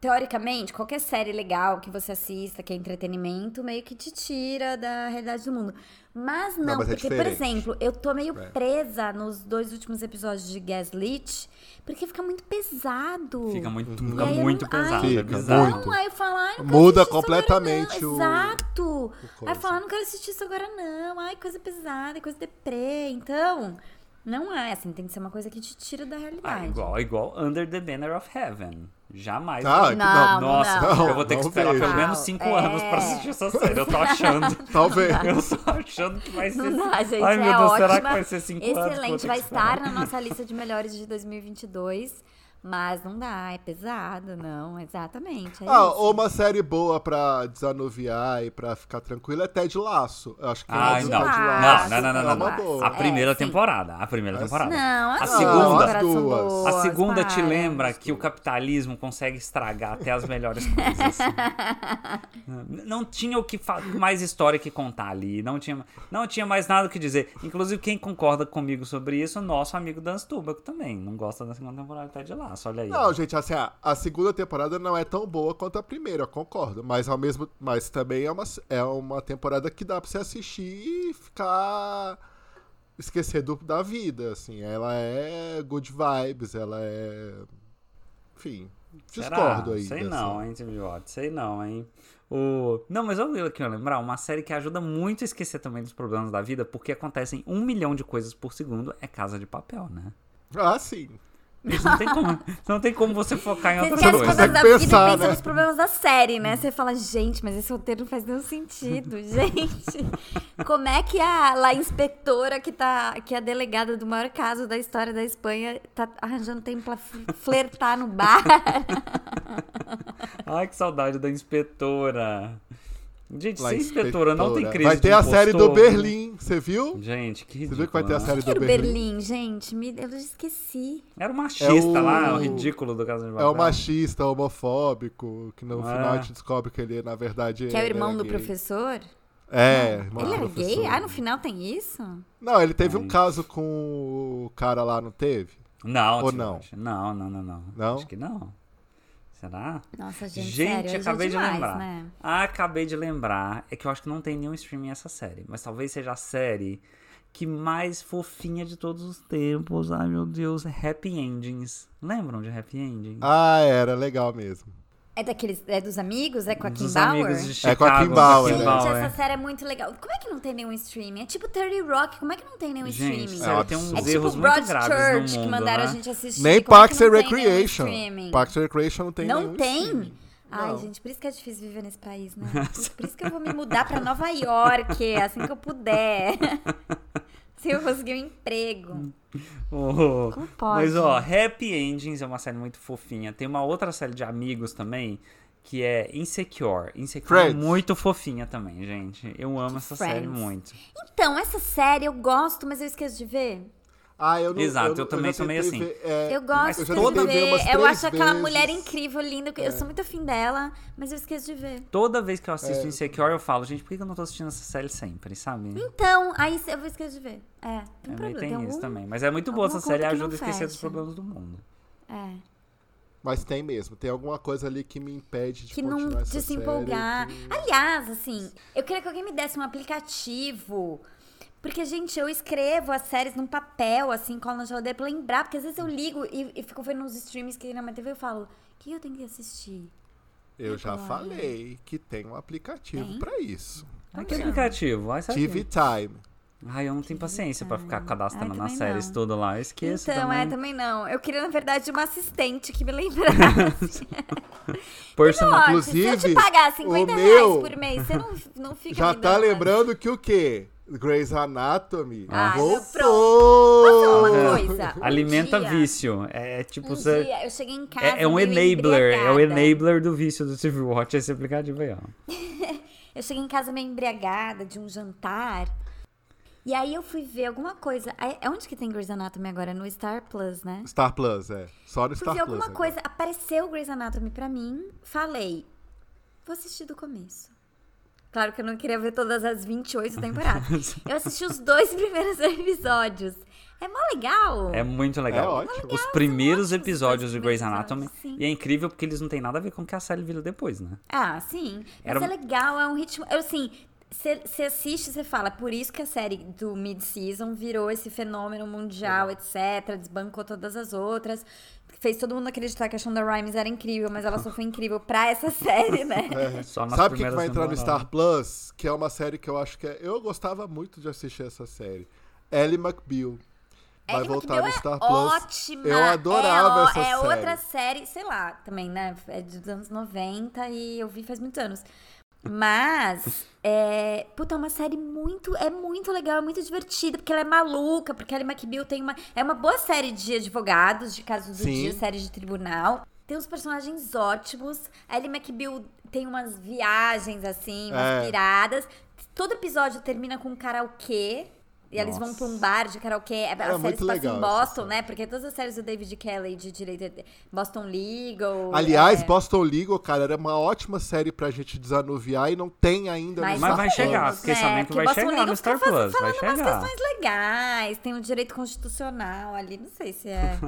[SPEAKER 2] teoricamente, qualquer série legal que você assista, que é entretenimento, meio que te tira da realidade do mundo. Mas não,
[SPEAKER 1] Não, mas é
[SPEAKER 2] porque, por
[SPEAKER 1] diferente.
[SPEAKER 2] exemplo, eu tô meio
[SPEAKER 1] É.
[SPEAKER 2] presa nos dois últimos episódios de Gaslit, porque fica muito pesado.
[SPEAKER 3] Fica muito,
[SPEAKER 2] E
[SPEAKER 3] fica
[SPEAKER 2] aí eu
[SPEAKER 3] muito
[SPEAKER 2] não-
[SPEAKER 3] pesado,
[SPEAKER 2] ai,
[SPEAKER 3] é
[SPEAKER 1] Uhum. Fica
[SPEAKER 3] bizarro.
[SPEAKER 1] muito.
[SPEAKER 2] Não, aí eu falo, ai, não quero
[SPEAKER 1] Muda
[SPEAKER 2] assistir isso agora
[SPEAKER 1] completamente
[SPEAKER 2] não.
[SPEAKER 1] o-
[SPEAKER 2] Exato. Aí
[SPEAKER 1] coisa.
[SPEAKER 2] eu falo, não quero assistir isso agora não. Ai, coisa pesada, coisa deprê. Então, não é assim, tem que ser uma coisa que te tira da
[SPEAKER 3] Ah,
[SPEAKER 2] realidade.
[SPEAKER 3] igual, igual Under the Banner of Heaven. Jamais.
[SPEAKER 1] Ah,
[SPEAKER 3] eu-
[SPEAKER 2] Não,
[SPEAKER 3] Nossa,
[SPEAKER 2] não.
[SPEAKER 3] eu vou ter que
[SPEAKER 1] Não
[SPEAKER 3] esperar
[SPEAKER 1] vejo.
[SPEAKER 3] pelo menos 5
[SPEAKER 2] Não,
[SPEAKER 3] anos
[SPEAKER 2] é.
[SPEAKER 3] pra assistir essa série. Eu tô achando.
[SPEAKER 1] Talvez.
[SPEAKER 3] eu tô achando que vai ser.
[SPEAKER 2] Não dá, gente.
[SPEAKER 3] Ai,
[SPEAKER 2] é
[SPEAKER 3] meu Deus,
[SPEAKER 2] ótima,
[SPEAKER 3] será que vai ser 5 anos? que eu vou ter
[SPEAKER 2] Excelente,
[SPEAKER 3] que
[SPEAKER 2] vai
[SPEAKER 3] esperar?
[SPEAKER 2] estar na nossa lista de melhores de 2022. Mas não dá, é pesado, não, exatamente. é
[SPEAKER 1] Ah,
[SPEAKER 2] isso.
[SPEAKER 1] ou uma série boa pra desanuviar e pra ficar tranquilo é Ted Laço. Eu acho que é
[SPEAKER 3] Ai,
[SPEAKER 1] Ted
[SPEAKER 3] não.
[SPEAKER 1] Laço
[SPEAKER 3] Não, não, não,
[SPEAKER 1] é
[SPEAKER 3] não,
[SPEAKER 1] uma
[SPEAKER 3] não.
[SPEAKER 1] boa.
[SPEAKER 3] A primeira
[SPEAKER 2] É, sim.
[SPEAKER 3] temporada. A primeira
[SPEAKER 1] Mas-
[SPEAKER 3] temporada.
[SPEAKER 2] Não,
[SPEAKER 3] a
[SPEAKER 2] as
[SPEAKER 3] segunda.
[SPEAKER 2] duas, são
[SPEAKER 1] duas.
[SPEAKER 3] A segunda te
[SPEAKER 2] para.
[SPEAKER 3] lembra que o capitalismo consegue estragar até as melhores coisas. N- não tinha o que fa- mais história que contar ali, não tinha, não tinha mais nada o que dizer. Inclusive, quem concorda comigo sobre isso, o nosso amigo Dan Stubach também. Não gosta da segunda temporada até de laço, olha aí.
[SPEAKER 1] Não, gente, assim, a, a segunda temporada não é tão boa quanto a primeira, eu concordo. Mas ao mesmo. Mas também é uma, é uma temporada que dá pra você assistir e ficar. esquecer do- da vida, assim. Ela é good vibes, ela é. Enfim.
[SPEAKER 3] Será?
[SPEAKER 1] Discordo assim. aí.
[SPEAKER 3] Sei
[SPEAKER 1] dessa-
[SPEAKER 3] não, hein, Tim Watt, sei não, hein. O... Não, mas eu aqui, eu lembrar, uma série que ajuda muito a esquecer também dos problemas da vida, porque acontecem um milhão de coisas por segundo, é Casa de Papel, né?
[SPEAKER 1] Ah, sim.
[SPEAKER 3] Isso não tem como, não tem como você focar em É
[SPEAKER 2] Você
[SPEAKER 3] outra
[SPEAKER 2] esquece os
[SPEAKER 3] coisa.
[SPEAKER 1] consegue
[SPEAKER 2] problemas da vida
[SPEAKER 1] pensar,
[SPEAKER 2] e pensa
[SPEAKER 1] né?
[SPEAKER 2] nos problemas da série, né? Você fala, gente, mas esse roteiro não faz nenhum sentido, gente. Como é que a lá a inspetora que tá, que é a delegada do maior caso da história da Espanha tá arranjando tempo pra f- flertar no bar?
[SPEAKER 3] Ai, que saudade da inspetora. Gente,
[SPEAKER 1] Lá
[SPEAKER 3] ser
[SPEAKER 1] em
[SPEAKER 3] inspetora não tem crise
[SPEAKER 1] Vai
[SPEAKER 3] de
[SPEAKER 1] ter a série do
[SPEAKER 3] impostor, né?
[SPEAKER 1] Berlim, você viu?
[SPEAKER 3] Gente, que
[SPEAKER 1] Você
[SPEAKER 3] ridículo.
[SPEAKER 1] viu que vai ter a
[SPEAKER 3] né?
[SPEAKER 1] série
[SPEAKER 2] Que era
[SPEAKER 1] do
[SPEAKER 2] o
[SPEAKER 1] Berlim?
[SPEAKER 2] Berlim, gente? Me, eu já esqueci.
[SPEAKER 3] Era um machista
[SPEAKER 1] É o-
[SPEAKER 3] lá, o ridículo do Casa de
[SPEAKER 1] É
[SPEAKER 3] Papel.
[SPEAKER 1] um machista, homofóbico, que no
[SPEAKER 3] Ah.
[SPEAKER 1] final a gente descobre que ele, na verdade,
[SPEAKER 2] Que é o irmão do
[SPEAKER 1] era gay.
[SPEAKER 2] professor?
[SPEAKER 1] É, irmão
[SPEAKER 2] Ele
[SPEAKER 1] do
[SPEAKER 2] era
[SPEAKER 1] professor.
[SPEAKER 2] gay? Ah, no final tem isso?
[SPEAKER 1] Não, ele teve
[SPEAKER 3] Ai.
[SPEAKER 1] um caso com o cara lá, não teve?
[SPEAKER 3] Não,
[SPEAKER 1] Ou
[SPEAKER 3] Tim
[SPEAKER 1] não?
[SPEAKER 3] Rocha, Não, não, não, não.
[SPEAKER 1] Não?
[SPEAKER 3] Acho que não. Será?
[SPEAKER 2] Nossa, gente,
[SPEAKER 3] Gente,
[SPEAKER 2] sério, hoje é
[SPEAKER 3] acabei de
[SPEAKER 2] demais,
[SPEAKER 3] lembrar.
[SPEAKER 2] Né?
[SPEAKER 3] Acabei de lembrar, é que eu acho que não tem nenhum streaming essa série, mas talvez seja a série que mais fofinha de todos os tempos. Ai, meu Deus, Happy Endings. Lembram de Happy
[SPEAKER 2] Hum.
[SPEAKER 3] Endings?
[SPEAKER 1] Ah, era legal mesmo.
[SPEAKER 2] É daqueles, é dos amigos? É com a Kim
[SPEAKER 3] Dos
[SPEAKER 2] Bauer?
[SPEAKER 3] amigos de Chicago.
[SPEAKER 1] É com a Kim Bauer,
[SPEAKER 2] Gente,
[SPEAKER 1] né?
[SPEAKER 2] essa série é muito legal. Como é que não tem nenhum streaming? É tipo 30 Rock, como é que não tem nenhum
[SPEAKER 3] Gente,
[SPEAKER 2] streaming?
[SPEAKER 1] sério,
[SPEAKER 3] sério, tem
[SPEAKER 1] absurdo.
[SPEAKER 3] uns
[SPEAKER 2] é tipo
[SPEAKER 3] erros muito graves
[SPEAKER 2] Broadchurch
[SPEAKER 3] no mundo,
[SPEAKER 2] que mandaram
[SPEAKER 3] né?
[SPEAKER 2] a gente assistir.
[SPEAKER 1] Nem
[SPEAKER 2] Como é
[SPEAKER 1] Parks
[SPEAKER 2] que
[SPEAKER 1] and
[SPEAKER 2] não tem nenhum
[SPEAKER 1] Recreation.
[SPEAKER 2] streaming?
[SPEAKER 1] Parks and Recreation não tem
[SPEAKER 2] Não
[SPEAKER 1] nenhum
[SPEAKER 2] tem?
[SPEAKER 1] streaming.
[SPEAKER 2] Ai,
[SPEAKER 1] Não.
[SPEAKER 2] gente, por isso que é difícil viver nesse país, né? Por isso que eu vou me mudar pra Nova York, assim que eu puder. Se eu conseguir um emprego.
[SPEAKER 3] Oh.
[SPEAKER 2] Como pode?
[SPEAKER 3] Mas ó, Happy Endings é uma série muito fofinha. Tem uma outra série de amigos também que é Insecure. Insecure é
[SPEAKER 1] Friends.
[SPEAKER 3] muito fofinha também, gente. Eu amo essa série
[SPEAKER 2] Friends.
[SPEAKER 3] muito.
[SPEAKER 2] Então, essa série eu gosto, mas eu esqueço de ver.
[SPEAKER 1] Ah, eu não
[SPEAKER 3] Exato, eu
[SPEAKER 1] não-
[SPEAKER 3] também
[SPEAKER 1] já
[SPEAKER 3] sou meio
[SPEAKER 1] tentei
[SPEAKER 3] assim.
[SPEAKER 1] ver, é,
[SPEAKER 2] Eu
[SPEAKER 1] mas
[SPEAKER 2] gosto
[SPEAKER 1] já
[SPEAKER 2] de
[SPEAKER 1] tentei
[SPEAKER 2] ver.
[SPEAKER 1] umas
[SPEAKER 2] eu
[SPEAKER 1] três
[SPEAKER 2] acho aquela
[SPEAKER 1] vezes. É.
[SPEAKER 2] mulher incrível, linda. que Eu sou muito afim dela, mas eu esqueço de ver.
[SPEAKER 3] Toda vez que eu
[SPEAKER 1] É.
[SPEAKER 3] assisto Insecure, eu falo, gente, por que que eu não tô assistindo essa série sempre, sabe?
[SPEAKER 2] Então, aí eu vou esquecer de ver. É, tem
[SPEAKER 3] É,
[SPEAKER 2] problema.
[SPEAKER 3] tem
[SPEAKER 2] algum-
[SPEAKER 3] isso também. Mas é muito boa
[SPEAKER 2] alguma
[SPEAKER 3] essa série,
[SPEAKER 2] conta que não
[SPEAKER 3] ajuda a esquecer dos
[SPEAKER 2] fecha.
[SPEAKER 3] problemas do mundo.
[SPEAKER 2] É.
[SPEAKER 1] Mas tem mesmo, tem alguma coisa ali que me impede de
[SPEAKER 2] que
[SPEAKER 1] continuar
[SPEAKER 2] não
[SPEAKER 1] essa
[SPEAKER 2] de se
[SPEAKER 1] série,
[SPEAKER 2] empolgar.
[SPEAKER 1] que-
[SPEAKER 2] Aliás, assim, eu queria que alguém me desse um aplicativo. Porque, gente, eu escrevo as séries num papel, assim, colo na geladeira pra lembrar. Porque às
[SPEAKER 1] Hum.
[SPEAKER 2] vezes eu ligo e, e fico vendo uns streams que tem na minha TV e eu falo, o que eu tenho que assistir?
[SPEAKER 1] Eu já
[SPEAKER 2] Agora.
[SPEAKER 1] falei que tem um aplicativo
[SPEAKER 2] Tem?
[SPEAKER 1] pra isso.
[SPEAKER 2] Tá
[SPEAKER 3] Ai, que aplicativo. Ai, sabe?
[SPEAKER 1] TV Time.
[SPEAKER 3] Ai, eu não tenho paciência pra ficar cadastrando
[SPEAKER 2] Ai,
[SPEAKER 3] nas
[SPEAKER 2] também
[SPEAKER 3] séries
[SPEAKER 2] não.
[SPEAKER 3] tudo lá. Eu esqueço
[SPEAKER 2] então, é,
[SPEAKER 3] também.
[SPEAKER 2] também não. Eu queria, na verdade, uma assistente que me lembrasse.
[SPEAKER 3] Personal...
[SPEAKER 2] Jorge, se eu
[SPEAKER 1] Então, Inclusive,
[SPEAKER 2] te pagar
[SPEAKER 1] o
[SPEAKER 2] 50
[SPEAKER 1] meu
[SPEAKER 2] reais por mês, você não, não fica
[SPEAKER 1] Já
[SPEAKER 2] me
[SPEAKER 1] tá
[SPEAKER 2] dando-
[SPEAKER 1] lembrando que o quê? Grey's Anatomy
[SPEAKER 2] Ah, Posso falar
[SPEAKER 1] voltou!
[SPEAKER 2] uma coisa? Um
[SPEAKER 3] Alimenta
[SPEAKER 2] dia-
[SPEAKER 3] vício. É tipo...
[SPEAKER 2] Um
[SPEAKER 3] você-
[SPEAKER 2] dia eu cheguei em casa.
[SPEAKER 3] É, é um
[SPEAKER 2] meio
[SPEAKER 3] enabler, é o
[SPEAKER 2] embriagada.
[SPEAKER 3] enabler do vício do TV Watch, esse aplicativo aí, ó.
[SPEAKER 2] Eu cheguei em casa meio embriagada de um jantar. E aí eu fui ver alguma coisa. Aí- É onde que tem Grey's Anatomy agora? No Star Plus, né?
[SPEAKER 1] Star Plus, é. Só no
[SPEAKER 2] Fui
[SPEAKER 1] Star Plus.
[SPEAKER 2] ver alguma
[SPEAKER 1] agora.
[SPEAKER 2] coisa. Apareceu Grey's Anatomy pra mim. Falei. Vou assistir do começo. Claro que eu não queria ver todas as 28 temporadas. eu assisti os dois primeiros episódios. É mó legal.
[SPEAKER 3] É muito
[SPEAKER 1] É
[SPEAKER 3] legal.
[SPEAKER 1] ótimo.
[SPEAKER 3] Os primeiros
[SPEAKER 2] ótimos os
[SPEAKER 3] episódios de
[SPEAKER 2] primeiros
[SPEAKER 3] Grey's Anatomy.
[SPEAKER 2] episódios, sim.
[SPEAKER 3] E é incrível porque eles não têm nada a ver com o que a série vira depois, né?
[SPEAKER 2] Ah, sim.
[SPEAKER 3] Era
[SPEAKER 2] Mas
[SPEAKER 3] um-
[SPEAKER 2] é legal, é um ritmo. eu, Assim, você assiste, você fala, por isso que a série do mid-season virou esse fenômeno mundial, etc. Desbancou todas as outras. Fez todo mundo acreditar que a Shonda Rhimes era incrível, mas ela só foi incrível pra essa série, né?
[SPEAKER 3] Só nas
[SPEAKER 1] É. Sabe o que, que
[SPEAKER 3] primeiras
[SPEAKER 1] vai entrar no
[SPEAKER 3] temporadas.
[SPEAKER 1] Star Plus? Que é uma série que eu acho que é... Eu gostava muito de assistir essa série. Ellie McBeal. Vai
[SPEAKER 2] Ellie
[SPEAKER 1] voltar
[SPEAKER 2] McBeal
[SPEAKER 1] no
[SPEAKER 2] é
[SPEAKER 1] Star Plus.
[SPEAKER 2] Ótima.
[SPEAKER 1] Eu adorava
[SPEAKER 2] é, ó-
[SPEAKER 1] essa
[SPEAKER 2] é
[SPEAKER 1] série.
[SPEAKER 2] outra série, sei lá, também, né? É dos anos 90 e eu vi faz muitos anos. Mas, é, puta, é uma série muito, é muito legal, é muito divertida, porque ela é maluca, porque a Ellie McBeal tem uma, é uma boa série de advogados, de casos do
[SPEAKER 1] Sim.
[SPEAKER 2] dia, série de tribunal. Tem uns personagens ótimos, a Ellie McBeal tem umas viagens, assim, umas
[SPEAKER 1] É.
[SPEAKER 2] piradas. Todo episódio termina com um karaokê, e eles vão
[SPEAKER 3] Nossa.
[SPEAKER 2] pra um bar de karaokê, a
[SPEAKER 1] Era
[SPEAKER 2] série
[SPEAKER 1] muito
[SPEAKER 2] se passa
[SPEAKER 1] legal
[SPEAKER 2] em
[SPEAKER 1] essa
[SPEAKER 2] Boston,
[SPEAKER 1] série.
[SPEAKER 2] né? Porque todas as séries do David Kelly de direito é Boston Legal.
[SPEAKER 1] Aliás,
[SPEAKER 2] é,
[SPEAKER 1] Boston Legal, cara, era uma ótima série pra gente desanuviar e não tem ainda no
[SPEAKER 2] mais
[SPEAKER 3] Mas
[SPEAKER 1] Star
[SPEAKER 3] vai
[SPEAKER 1] Plus.
[SPEAKER 3] chegar,
[SPEAKER 2] menos,
[SPEAKER 3] fiquei
[SPEAKER 2] né?
[SPEAKER 3] sabendo que
[SPEAKER 2] Porque
[SPEAKER 3] vai
[SPEAKER 2] Boston
[SPEAKER 3] chegar
[SPEAKER 2] Legal
[SPEAKER 3] no Star
[SPEAKER 2] fica fa-
[SPEAKER 3] Plus, vai
[SPEAKER 2] falando umas
[SPEAKER 3] chegar.
[SPEAKER 2] questões legais, tem o direito constitucional ali, não sei se é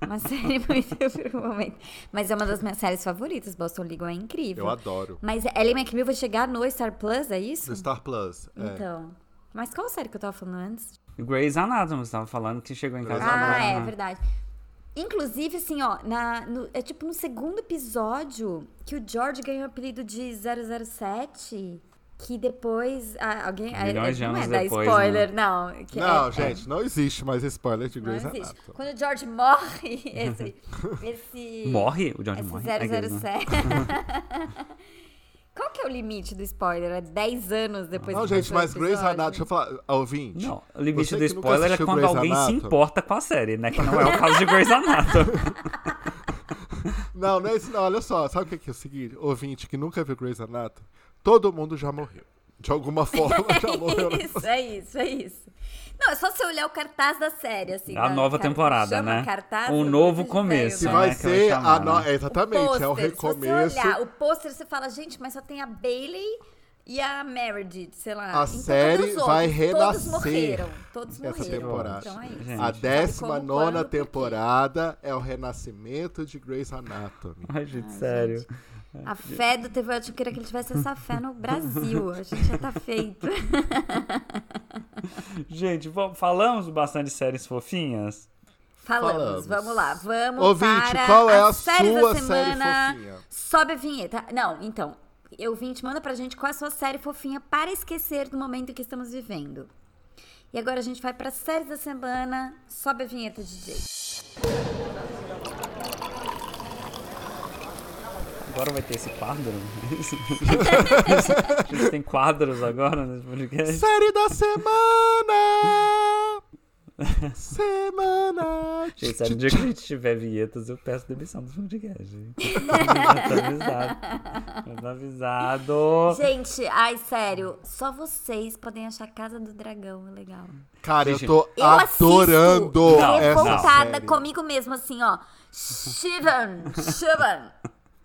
[SPEAKER 2] uma série muito pro momento. Mas é uma das minhas séries favoritas, Boston Legal é incrível.
[SPEAKER 1] Eu adoro.
[SPEAKER 2] Mas Ellie McBeal vai chegar no Star Plus, é isso?
[SPEAKER 1] No Star Plus. é.
[SPEAKER 2] Então... Mas qual série que eu tava falando antes?
[SPEAKER 3] Grey's Anatomy, você tava falando que chegou em casa.
[SPEAKER 1] Grey's
[SPEAKER 2] Ah,
[SPEAKER 1] Anatomy.
[SPEAKER 3] agora,
[SPEAKER 2] é
[SPEAKER 3] né?
[SPEAKER 2] verdade. Inclusive, assim, ó, na, no- é tipo no segundo episódio que o George ganhou o apelido de 007, que depois a- alguém... a-
[SPEAKER 3] Milhões de
[SPEAKER 2] não
[SPEAKER 3] anos
[SPEAKER 2] é dar
[SPEAKER 3] depois, né?
[SPEAKER 2] spoiler, não. que
[SPEAKER 1] Não,
[SPEAKER 2] é-
[SPEAKER 1] gente, não existe mais spoiler de
[SPEAKER 2] é, não
[SPEAKER 1] Grey's
[SPEAKER 2] existe.
[SPEAKER 1] Anatomy.
[SPEAKER 2] Quando o George morre, esse... esse
[SPEAKER 3] Morre? O George
[SPEAKER 2] Esse
[SPEAKER 3] morre? né? Aqueles, né?
[SPEAKER 2] 007... Qual que é o limite do spoiler? É 10 anos depois
[SPEAKER 1] Não,
[SPEAKER 2] que
[SPEAKER 1] gente,
[SPEAKER 2] passou o
[SPEAKER 1] mas Grey's
[SPEAKER 2] episódio?
[SPEAKER 1] Anatomy, deixa eu falar, ah, ouvinte.
[SPEAKER 3] Não, o limite
[SPEAKER 1] Você
[SPEAKER 3] do
[SPEAKER 1] que nunca
[SPEAKER 3] spoiler é
[SPEAKER 1] assistiu
[SPEAKER 3] quando
[SPEAKER 1] Grey's
[SPEAKER 3] alguém se
[SPEAKER 1] Anatomy.
[SPEAKER 3] importa com a série, né? Que não é o caso de Grey's Anatomy.
[SPEAKER 1] Não, não é isso, não. Olha só, sabe o que é, que é o seguinte? Ouvinte que nunca viu Grey's Anatomy, todo mundo já morreu. De alguma forma
[SPEAKER 3] Tá
[SPEAKER 1] já morreu. né?
[SPEAKER 2] Isso, é isso, é isso. Não, é só você olhar o cartaz da série, assim.
[SPEAKER 3] A
[SPEAKER 2] da-
[SPEAKER 3] nova
[SPEAKER 2] car-
[SPEAKER 3] temporada,
[SPEAKER 2] chama
[SPEAKER 3] né?
[SPEAKER 2] Cartaz,
[SPEAKER 3] Um
[SPEAKER 2] eu
[SPEAKER 3] novo
[SPEAKER 2] vejo de
[SPEAKER 3] começo,
[SPEAKER 1] Que
[SPEAKER 2] velho,
[SPEAKER 3] né?
[SPEAKER 1] vai
[SPEAKER 3] que vai
[SPEAKER 1] ser
[SPEAKER 3] chamar,
[SPEAKER 1] a no...
[SPEAKER 3] né?
[SPEAKER 1] é, Exatamente, é o
[SPEAKER 2] pôster,
[SPEAKER 1] recomeço.
[SPEAKER 2] Se você olhar o pôster, você fala, gente, mas só tem a Bailey e a Meredith, sei lá. Então,
[SPEAKER 1] A série
[SPEAKER 2] todos os
[SPEAKER 1] vai
[SPEAKER 2] Todos
[SPEAKER 1] renascer
[SPEAKER 2] morreram. Todos
[SPEAKER 1] essa
[SPEAKER 2] morreram.
[SPEAKER 1] temporada.
[SPEAKER 2] Então é isso.
[SPEAKER 3] Gente.
[SPEAKER 1] A
[SPEAKER 3] Sabe
[SPEAKER 1] décima
[SPEAKER 2] como,
[SPEAKER 1] nona
[SPEAKER 2] quando, por quê.
[SPEAKER 1] temporada é o renascimento de Grey's Anatomy.
[SPEAKER 3] Ai, gente, sério.
[SPEAKER 2] A fé do TV Watch, eu queria que ele tivesse essa fé no Brasil. A gente já tá feito.
[SPEAKER 3] Gente, vamos- falamos bastante de séries fofinhas?
[SPEAKER 2] Falamos,
[SPEAKER 1] Falamos.
[SPEAKER 2] vamos lá. Vamos
[SPEAKER 1] Ouvinte,
[SPEAKER 2] para
[SPEAKER 1] qual é a
[SPEAKER 2] as séries da
[SPEAKER 1] sua série
[SPEAKER 2] semana.
[SPEAKER 1] fofinha?
[SPEAKER 2] Sobe a vinheta. Não, então, eu vim te manda pra gente qual é a sua série fofinha para esquecer do momento que estamos vivendo. E agora a gente vai para séries da semana. Sobe a vinheta, DJ.
[SPEAKER 3] Agora vai ter esse quadro? A É. gente tem quadros agora nesse podcast?
[SPEAKER 1] Série da semana! Semana!
[SPEAKER 3] Gente, sabe, no dia que a gente tiver vinhetas, eu peço demissão do podcast. gente. Tá avisado. Tá avisado.
[SPEAKER 2] Gente, ai, sério, só vocês podem achar Casa do Dragão é legal.
[SPEAKER 1] Cara,
[SPEAKER 3] Gente,
[SPEAKER 1] eu tô
[SPEAKER 2] Eu
[SPEAKER 1] adorando
[SPEAKER 2] assisto
[SPEAKER 1] essa
[SPEAKER 2] revoltada
[SPEAKER 1] série.
[SPEAKER 2] comigo mesmo, assim, ó. Shivan, Shivan.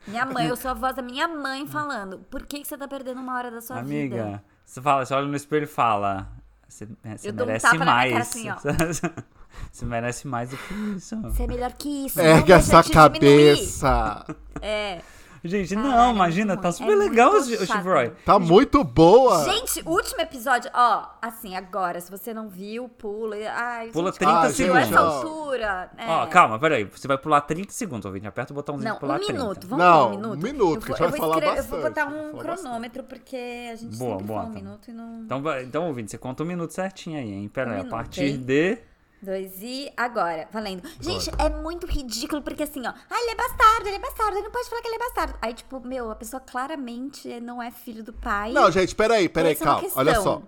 [SPEAKER 2] Minha mãe, eu sou a voz da minha mãe falando. Por que, que você tá perdendo uma hora da sua vida?
[SPEAKER 3] Amiga, você fala, você olha no espelho e fala. Você, né, você
[SPEAKER 2] Eu dou um
[SPEAKER 3] merece
[SPEAKER 2] tapa na minha cara
[SPEAKER 3] mais.
[SPEAKER 2] assim, ó.
[SPEAKER 3] você merece mais do que isso.
[SPEAKER 2] Você é melhor que isso. não
[SPEAKER 1] Ergue
[SPEAKER 2] deixa
[SPEAKER 1] essa
[SPEAKER 2] te diminuir.
[SPEAKER 1] cabeça.
[SPEAKER 2] É.
[SPEAKER 3] Gente,
[SPEAKER 2] Caralho,
[SPEAKER 3] não,
[SPEAKER 2] é
[SPEAKER 3] imagina,
[SPEAKER 2] muito
[SPEAKER 3] tá
[SPEAKER 2] ruim.
[SPEAKER 3] super
[SPEAKER 2] É
[SPEAKER 3] legal o
[SPEAKER 2] muito
[SPEAKER 3] Ch- o
[SPEAKER 2] chato.
[SPEAKER 3] Chivroy.
[SPEAKER 1] Tá muito boa.
[SPEAKER 2] Gente, último episódio, ó, assim, agora, se você não viu, pula. Ai,
[SPEAKER 3] Pula
[SPEAKER 2] gente,
[SPEAKER 3] 30
[SPEAKER 2] como que chegou a essa
[SPEAKER 1] segundos.
[SPEAKER 2] altura. É.
[SPEAKER 3] Ó, calma, peraí. Você vai pular 30 segundos, ouvinte. Aperta o botãozinho
[SPEAKER 2] Não,
[SPEAKER 3] de pular
[SPEAKER 2] um
[SPEAKER 3] 30.
[SPEAKER 2] minuto. Vamos
[SPEAKER 1] Não,
[SPEAKER 2] pular um minuto.
[SPEAKER 1] um minuto, que a gente vai falar
[SPEAKER 2] escrever- Eu vou
[SPEAKER 1] bastante,
[SPEAKER 2] botar
[SPEAKER 1] vai
[SPEAKER 2] um
[SPEAKER 1] falar
[SPEAKER 2] cronômetro, porque a gente
[SPEAKER 3] Boa,
[SPEAKER 2] sempre
[SPEAKER 3] boa,
[SPEAKER 2] fala um
[SPEAKER 3] então.
[SPEAKER 2] minuto e não...
[SPEAKER 3] Então, vai- então, ouvinte, você conta um minuto certinho aí, hein? Pera
[SPEAKER 2] Um
[SPEAKER 3] aí, a
[SPEAKER 2] minuto,
[SPEAKER 3] partir
[SPEAKER 2] hein?
[SPEAKER 3] de...
[SPEAKER 2] Dois e... Agora, valendo. Gente, é muito ridículo, porque assim, ó... Ah, ele é bastardo, ele é bastardo, ele não pode falar que ele é bastardo. Aí, tipo, meu, a pessoa claramente não é filho do pai.
[SPEAKER 1] Não, gente, peraí, peraí,
[SPEAKER 2] Essa é uma
[SPEAKER 1] calma. Olha
[SPEAKER 2] questão.
[SPEAKER 1] só.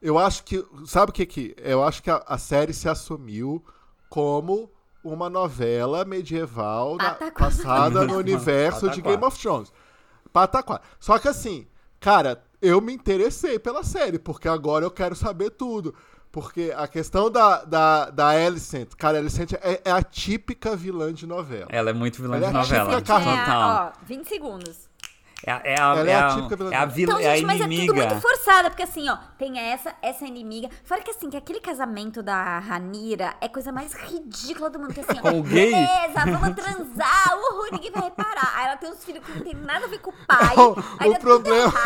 [SPEAKER 1] Eu acho que. Sabe o que que? Eu acho que a, a série se assumiu como uma novela medieval na-
[SPEAKER 2] Pataquá.
[SPEAKER 1] passada no universo de
[SPEAKER 3] Pataquá.
[SPEAKER 1] Game of Thrones. Pataquá. Só que assim, cara, eu me interessei pela série, porque agora eu quero saber tudo. Porque a questão da, da, da Alicent, cara, a Alicent é, é a típica vilã de novela.
[SPEAKER 3] Ela é muito vilã
[SPEAKER 1] Ela
[SPEAKER 3] de
[SPEAKER 1] é a
[SPEAKER 3] novela.
[SPEAKER 1] típica
[SPEAKER 2] é,
[SPEAKER 3] Total.
[SPEAKER 2] ó, 20 segundos.
[SPEAKER 3] É, a- é a,
[SPEAKER 1] Ela
[SPEAKER 3] é
[SPEAKER 1] é a
[SPEAKER 3] a,
[SPEAKER 1] típica vilã
[SPEAKER 3] é a
[SPEAKER 1] de novela.
[SPEAKER 3] vil-
[SPEAKER 2] Então,
[SPEAKER 3] é a
[SPEAKER 2] gente, mas é tudo
[SPEAKER 3] inimiga.
[SPEAKER 2] muito forçada, porque assim, ó, tem essa, essa é inimiga. Fora que assim, que aquele casamento da Ranira é a coisa mais ridícula do mundo. Que assim, ó,
[SPEAKER 3] Com o gay?
[SPEAKER 2] beleza, vamos transar, uhul, ninguém vai reparar. Aí ela tem uns filhos que não tem nada a ver com o pai.
[SPEAKER 1] Não,
[SPEAKER 2] aí
[SPEAKER 1] o,
[SPEAKER 2] dá tudo
[SPEAKER 1] problema
[SPEAKER 2] errado.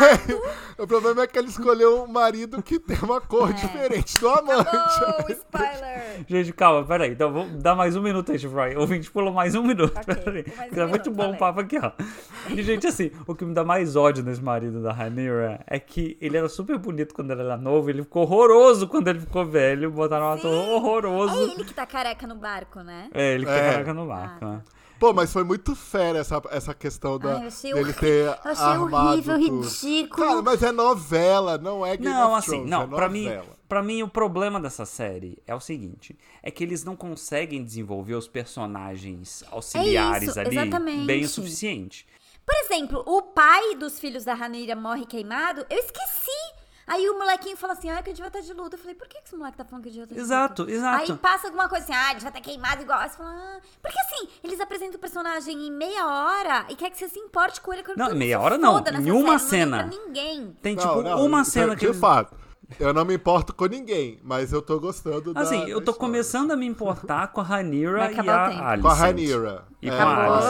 [SPEAKER 1] é,
[SPEAKER 2] É.
[SPEAKER 1] o problema é que ela escolheu um marido que tem uma cor diferente do amante.
[SPEAKER 2] Oh, spoiler!
[SPEAKER 3] Gente, calma, peraí. Então, vou dar mais um minuto aí, Chivroy. Ouvinte, pula mais um minuto.
[SPEAKER 2] Ok,
[SPEAKER 3] peraí.
[SPEAKER 2] mais um
[SPEAKER 3] Porque tá muito bom
[SPEAKER 2] minuto,
[SPEAKER 3] o
[SPEAKER 2] valeu.
[SPEAKER 3] papo aqui, ó. E, gente, assim, o que me dá mais ódio nesse marido da Hanira é que ele era super bonito quando ele era novo, ele ficou horroroso quando ele ficou velho. Botaram um ator
[SPEAKER 2] É
[SPEAKER 3] horroroso.
[SPEAKER 2] ele que tá careca no barco, né?
[SPEAKER 3] É, ele que
[SPEAKER 1] É.
[SPEAKER 3] caraca no barco,
[SPEAKER 2] Ah.
[SPEAKER 3] né?
[SPEAKER 1] Pô, mas foi muito fera essa, essa questão da,
[SPEAKER 2] Ai, eu achei
[SPEAKER 1] dele
[SPEAKER 2] horri-
[SPEAKER 1] ter
[SPEAKER 2] Eu achei
[SPEAKER 1] armado
[SPEAKER 2] horrível,
[SPEAKER 1] tudo.
[SPEAKER 2] ridículo.
[SPEAKER 1] Cara, mas é novela, não é Game
[SPEAKER 3] Não,
[SPEAKER 1] of
[SPEAKER 3] assim,
[SPEAKER 1] Thrones,
[SPEAKER 3] não,
[SPEAKER 1] é
[SPEAKER 3] pra mim,
[SPEAKER 1] novela.
[SPEAKER 3] para mim o problema dessa série é o seguinte, é que eles não conseguem desenvolver os personagens auxiliares ali
[SPEAKER 2] É exatamente.
[SPEAKER 3] bem o suficiente.
[SPEAKER 2] Por exemplo, o pai dos filhos da Ranira morre queimado, eu esqueci. Aí o molequinho fala assim, ah, que o devia tá de luta. Eu falei, por que que esse moleque tá falando que o devia tá de
[SPEAKER 3] Exato,
[SPEAKER 2] luta?
[SPEAKER 3] exato.
[SPEAKER 2] Aí passa alguma coisa assim, ah, devia tá queimado igual. Aí você fala, ah... Porque assim, eles apresentam o personagem em meia hora e quer que você se importe com ele. quando
[SPEAKER 3] Não,
[SPEAKER 2] todo
[SPEAKER 3] meia
[SPEAKER 2] mundo
[SPEAKER 3] hora
[SPEAKER 2] se
[SPEAKER 3] não,
[SPEAKER 2] foda nessa
[SPEAKER 3] em uma
[SPEAKER 2] série, não liga
[SPEAKER 3] cena.
[SPEAKER 2] Pra ninguém.
[SPEAKER 3] Tem
[SPEAKER 1] Não,
[SPEAKER 3] tipo
[SPEAKER 1] não,
[SPEAKER 3] uma
[SPEAKER 1] de-
[SPEAKER 3] cena
[SPEAKER 1] de,
[SPEAKER 3] que eles...
[SPEAKER 1] fato, eu não me importo com ninguém, mas eu tô gostando da
[SPEAKER 3] Assim,
[SPEAKER 1] da
[SPEAKER 3] eu tô
[SPEAKER 1] história.
[SPEAKER 3] começando a me importar com a Hanira
[SPEAKER 2] Vai
[SPEAKER 3] e
[SPEAKER 2] acabar o tempo.
[SPEAKER 3] a Alice.
[SPEAKER 1] Com a Rhaenyra.
[SPEAKER 3] E
[SPEAKER 1] É,
[SPEAKER 3] com
[SPEAKER 1] não,
[SPEAKER 3] a
[SPEAKER 2] Acabou.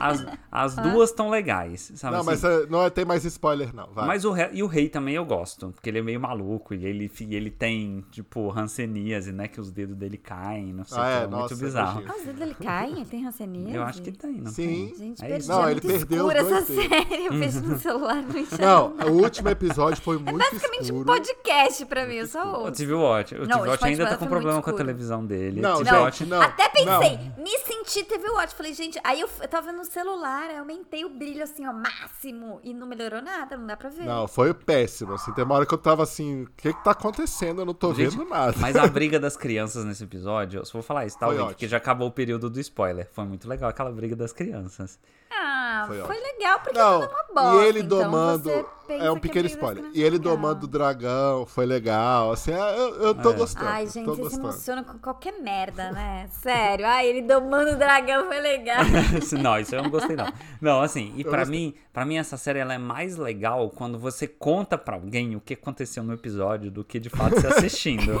[SPEAKER 2] Ah.
[SPEAKER 3] Alice. As, as duas estão legais, sabe
[SPEAKER 1] Não,
[SPEAKER 3] assim?
[SPEAKER 1] mas é, não é- tem mais spoiler, não. Vai.
[SPEAKER 3] Mas o rei, e o rei também eu gosto, porque ele é meio maluco e ele, e ele tem, tipo, ranceníase, né? Que os dedos dele caem, não sei o
[SPEAKER 1] Ah,
[SPEAKER 3] que,
[SPEAKER 1] é,
[SPEAKER 3] é muito
[SPEAKER 1] nossa,
[SPEAKER 3] bizarro.
[SPEAKER 1] imagino.
[SPEAKER 2] Ah, os dedos dele caem? Ele tem ranceníase?
[SPEAKER 3] Eu acho que tem, não
[SPEAKER 1] Sim.
[SPEAKER 3] tem?
[SPEAKER 2] é Gente,
[SPEAKER 3] É
[SPEAKER 2] perdi.
[SPEAKER 3] isso.
[SPEAKER 1] Não,
[SPEAKER 2] é
[SPEAKER 1] ele
[SPEAKER 2] muito
[SPEAKER 1] perdeu
[SPEAKER 2] escura
[SPEAKER 1] dois
[SPEAKER 2] essa
[SPEAKER 1] dedos.
[SPEAKER 2] série. Eu vejo no celular, não enxergo
[SPEAKER 1] Não,
[SPEAKER 2] nada.
[SPEAKER 1] o último episódio foi muito
[SPEAKER 2] Basicamente um
[SPEAKER 1] escuro.
[SPEAKER 2] podcast pra mim, eu só
[SPEAKER 3] O
[SPEAKER 2] ouço.
[SPEAKER 3] TV Watch, o
[SPEAKER 2] Não,
[SPEAKER 3] TV
[SPEAKER 2] o
[SPEAKER 3] Watch ainda
[SPEAKER 2] Spotify
[SPEAKER 3] tá com
[SPEAKER 2] foi
[SPEAKER 3] problema
[SPEAKER 2] muito
[SPEAKER 3] com a
[SPEAKER 2] escuro.
[SPEAKER 3] televisão dele.
[SPEAKER 1] Não,
[SPEAKER 3] o TV
[SPEAKER 1] gente,
[SPEAKER 3] Watch-
[SPEAKER 1] não.
[SPEAKER 2] Até pensei, me senti TV Watch. Falei, gente, aí eu, f- eu tava no celular, aí eu aumentei o brilho assim, ó, máximo. E não melhorou nada, não dá pra ver.
[SPEAKER 1] Não, foi péssimo. Assim, tem uma hora que eu tava assim, o que que tá acontecendo? Eu não tô
[SPEAKER 3] Gente,
[SPEAKER 1] vendo nada.
[SPEAKER 3] Mas a briga das crianças nesse episódio, eu só vou falar isso, tá,
[SPEAKER 1] Foi
[SPEAKER 3] ouvinte?
[SPEAKER 1] ótimo.
[SPEAKER 3] Porque já acabou o período do spoiler. Foi muito legal aquela briga das crianças.
[SPEAKER 2] Ah,
[SPEAKER 1] Foi
[SPEAKER 2] foi,
[SPEAKER 1] ótimo.
[SPEAKER 2] legal, porque
[SPEAKER 1] Não,
[SPEAKER 2] não, é uma bosta.
[SPEAKER 1] e ele
[SPEAKER 2] então
[SPEAKER 1] domando.
[SPEAKER 2] você pensa
[SPEAKER 1] É um
[SPEAKER 2] que
[SPEAKER 1] pequeno
[SPEAKER 2] briga das
[SPEAKER 1] spoiler.
[SPEAKER 2] crianças
[SPEAKER 1] E ele
[SPEAKER 2] é legal.
[SPEAKER 1] domando o dragão, foi legal. Assim, ah, eu, eu
[SPEAKER 3] É.
[SPEAKER 1] tô gostando.
[SPEAKER 2] Ai,
[SPEAKER 1] tô
[SPEAKER 2] gente, vocês se
[SPEAKER 1] gostando.
[SPEAKER 2] emocionam com qualquer merda, né? Sério. Ai, ele domando o dragão foi legal.
[SPEAKER 3] Isso- não, isso eu não gostei não. Não, assim, e
[SPEAKER 1] Eu
[SPEAKER 3] pra
[SPEAKER 1] gostei.
[SPEAKER 3] mim, para mim essa série ela é mais legal quando você conta pra alguém o que aconteceu no episódio do que de fato se assistindo.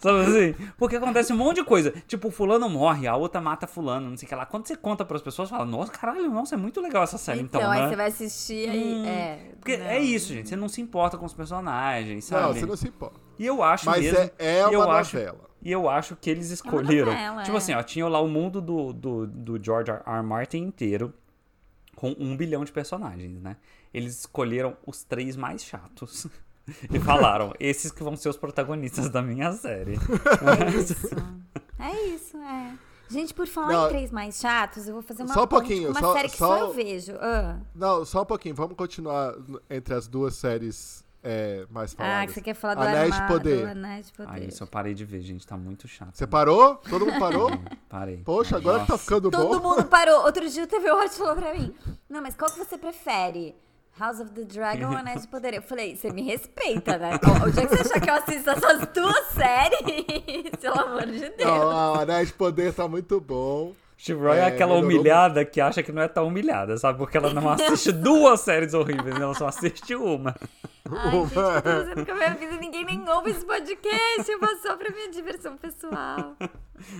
[SPEAKER 3] Sabe assim? Porque acontece um monte de coisa. Tipo, fulano morre, a outra mata fulano, não sei o que lá. Quando você conta pras pessoas, fala: "Nossa, caralho, nossa, é muito legal essa série então,
[SPEAKER 2] então,
[SPEAKER 3] né?" Hum,
[SPEAKER 2] aí você vai assistir aí. é.
[SPEAKER 3] Porque
[SPEAKER 2] não.
[SPEAKER 3] é isso, gente. Você não se importa com os personagens, sabe?
[SPEAKER 1] Não, você não se importa.
[SPEAKER 3] E eu acho
[SPEAKER 1] Mas
[SPEAKER 3] mesmo.
[SPEAKER 1] é, é
[SPEAKER 3] e eu
[SPEAKER 1] uma
[SPEAKER 3] acho,
[SPEAKER 1] novela.
[SPEAKER 3] E eu acho que eles escolheram.
[SPEAKER 2] novela,
[SPEAKER 3] tipo
[SPEAKER 2] é.
[SPEAKER 3] assim, ó, tinha lá o mundo do, do, do George R. R. Martin inteiro, com um bilhão de personagens, né? Eles escolheram os três mais chatos. E falaram, esses que vão ser os protagonistas da minha série.
[SPEAKER 2] É isso, é. Gente, por falar
[SPEAKER 1] Não,
[SPEAKER 2] em três mais chatos, eu vou fazer uma,
[SPEAKER 1] só um
[SPEAKER 2] ponte
[SPEAKER 1] pouquinho,
[SPEAKER 2] com uma
[SPEAKER 1] só-
[SPEAKER 2] série que
[SPEAKER 1] só-
[SPEAKER 2] só eu vejo. Ah.
[SPEAKER 1] Não, só um pouquinho. Vamos continuar entre as duas séries é, é, mais
[SPEAKER 2] Ah,
[SPEAKER 1] faladas.
[SPEAKER 2] que você quer falar do
[SPEAKER 1] Anéis de
[SPEAKER 2] armário,
[SPEAKER 1] Poder. é
[SPEAKER 2] do Anéis de Poder.
[SPEAKER 3] Ah, isso eu parei de ver, gente. Tá muito chato.
[SPEAKER 1] Você parou? Todo mundo parou?
[SPEAKER 3] Parei.
[SPEAKER 1] Poxa, agora que tá
[SPEAKER 3] Nossa.
[SPEAKER 1] ficando
[SPEAKER 2] Todo
[SPEAKER 1] bom.
[SPEAKER 2] mundo parou. Outro dia o TV Watch falou pra mim: Não, mas qual que você prefere? House of the Dragon ou Anéis de Poder? Eu falei: Você me respeita, né? O- Onde é que você acha que eu assisto essas duas séries? Pelo amor de Deus.
[SPEAKER 1] Não, a Anéis de Poder tá muito bom.
[SPEAKER 3] Steve Roy é,
[SPEAKER 1] É,
[SPEAKER 3] aquela
[SPEAKER 1] melhorou
[SPEAKER 3] humilhada que acha que não é tão humilhada, sabe? Porque ela não assiste duas séries horríveis, ela só assiste uma.
[SPEAKER 2] Ai, gente, eu tô fazendo com a minha vida. Ninguém nem ouve esse podcast. Eu vou só pra minha diversão pessoal.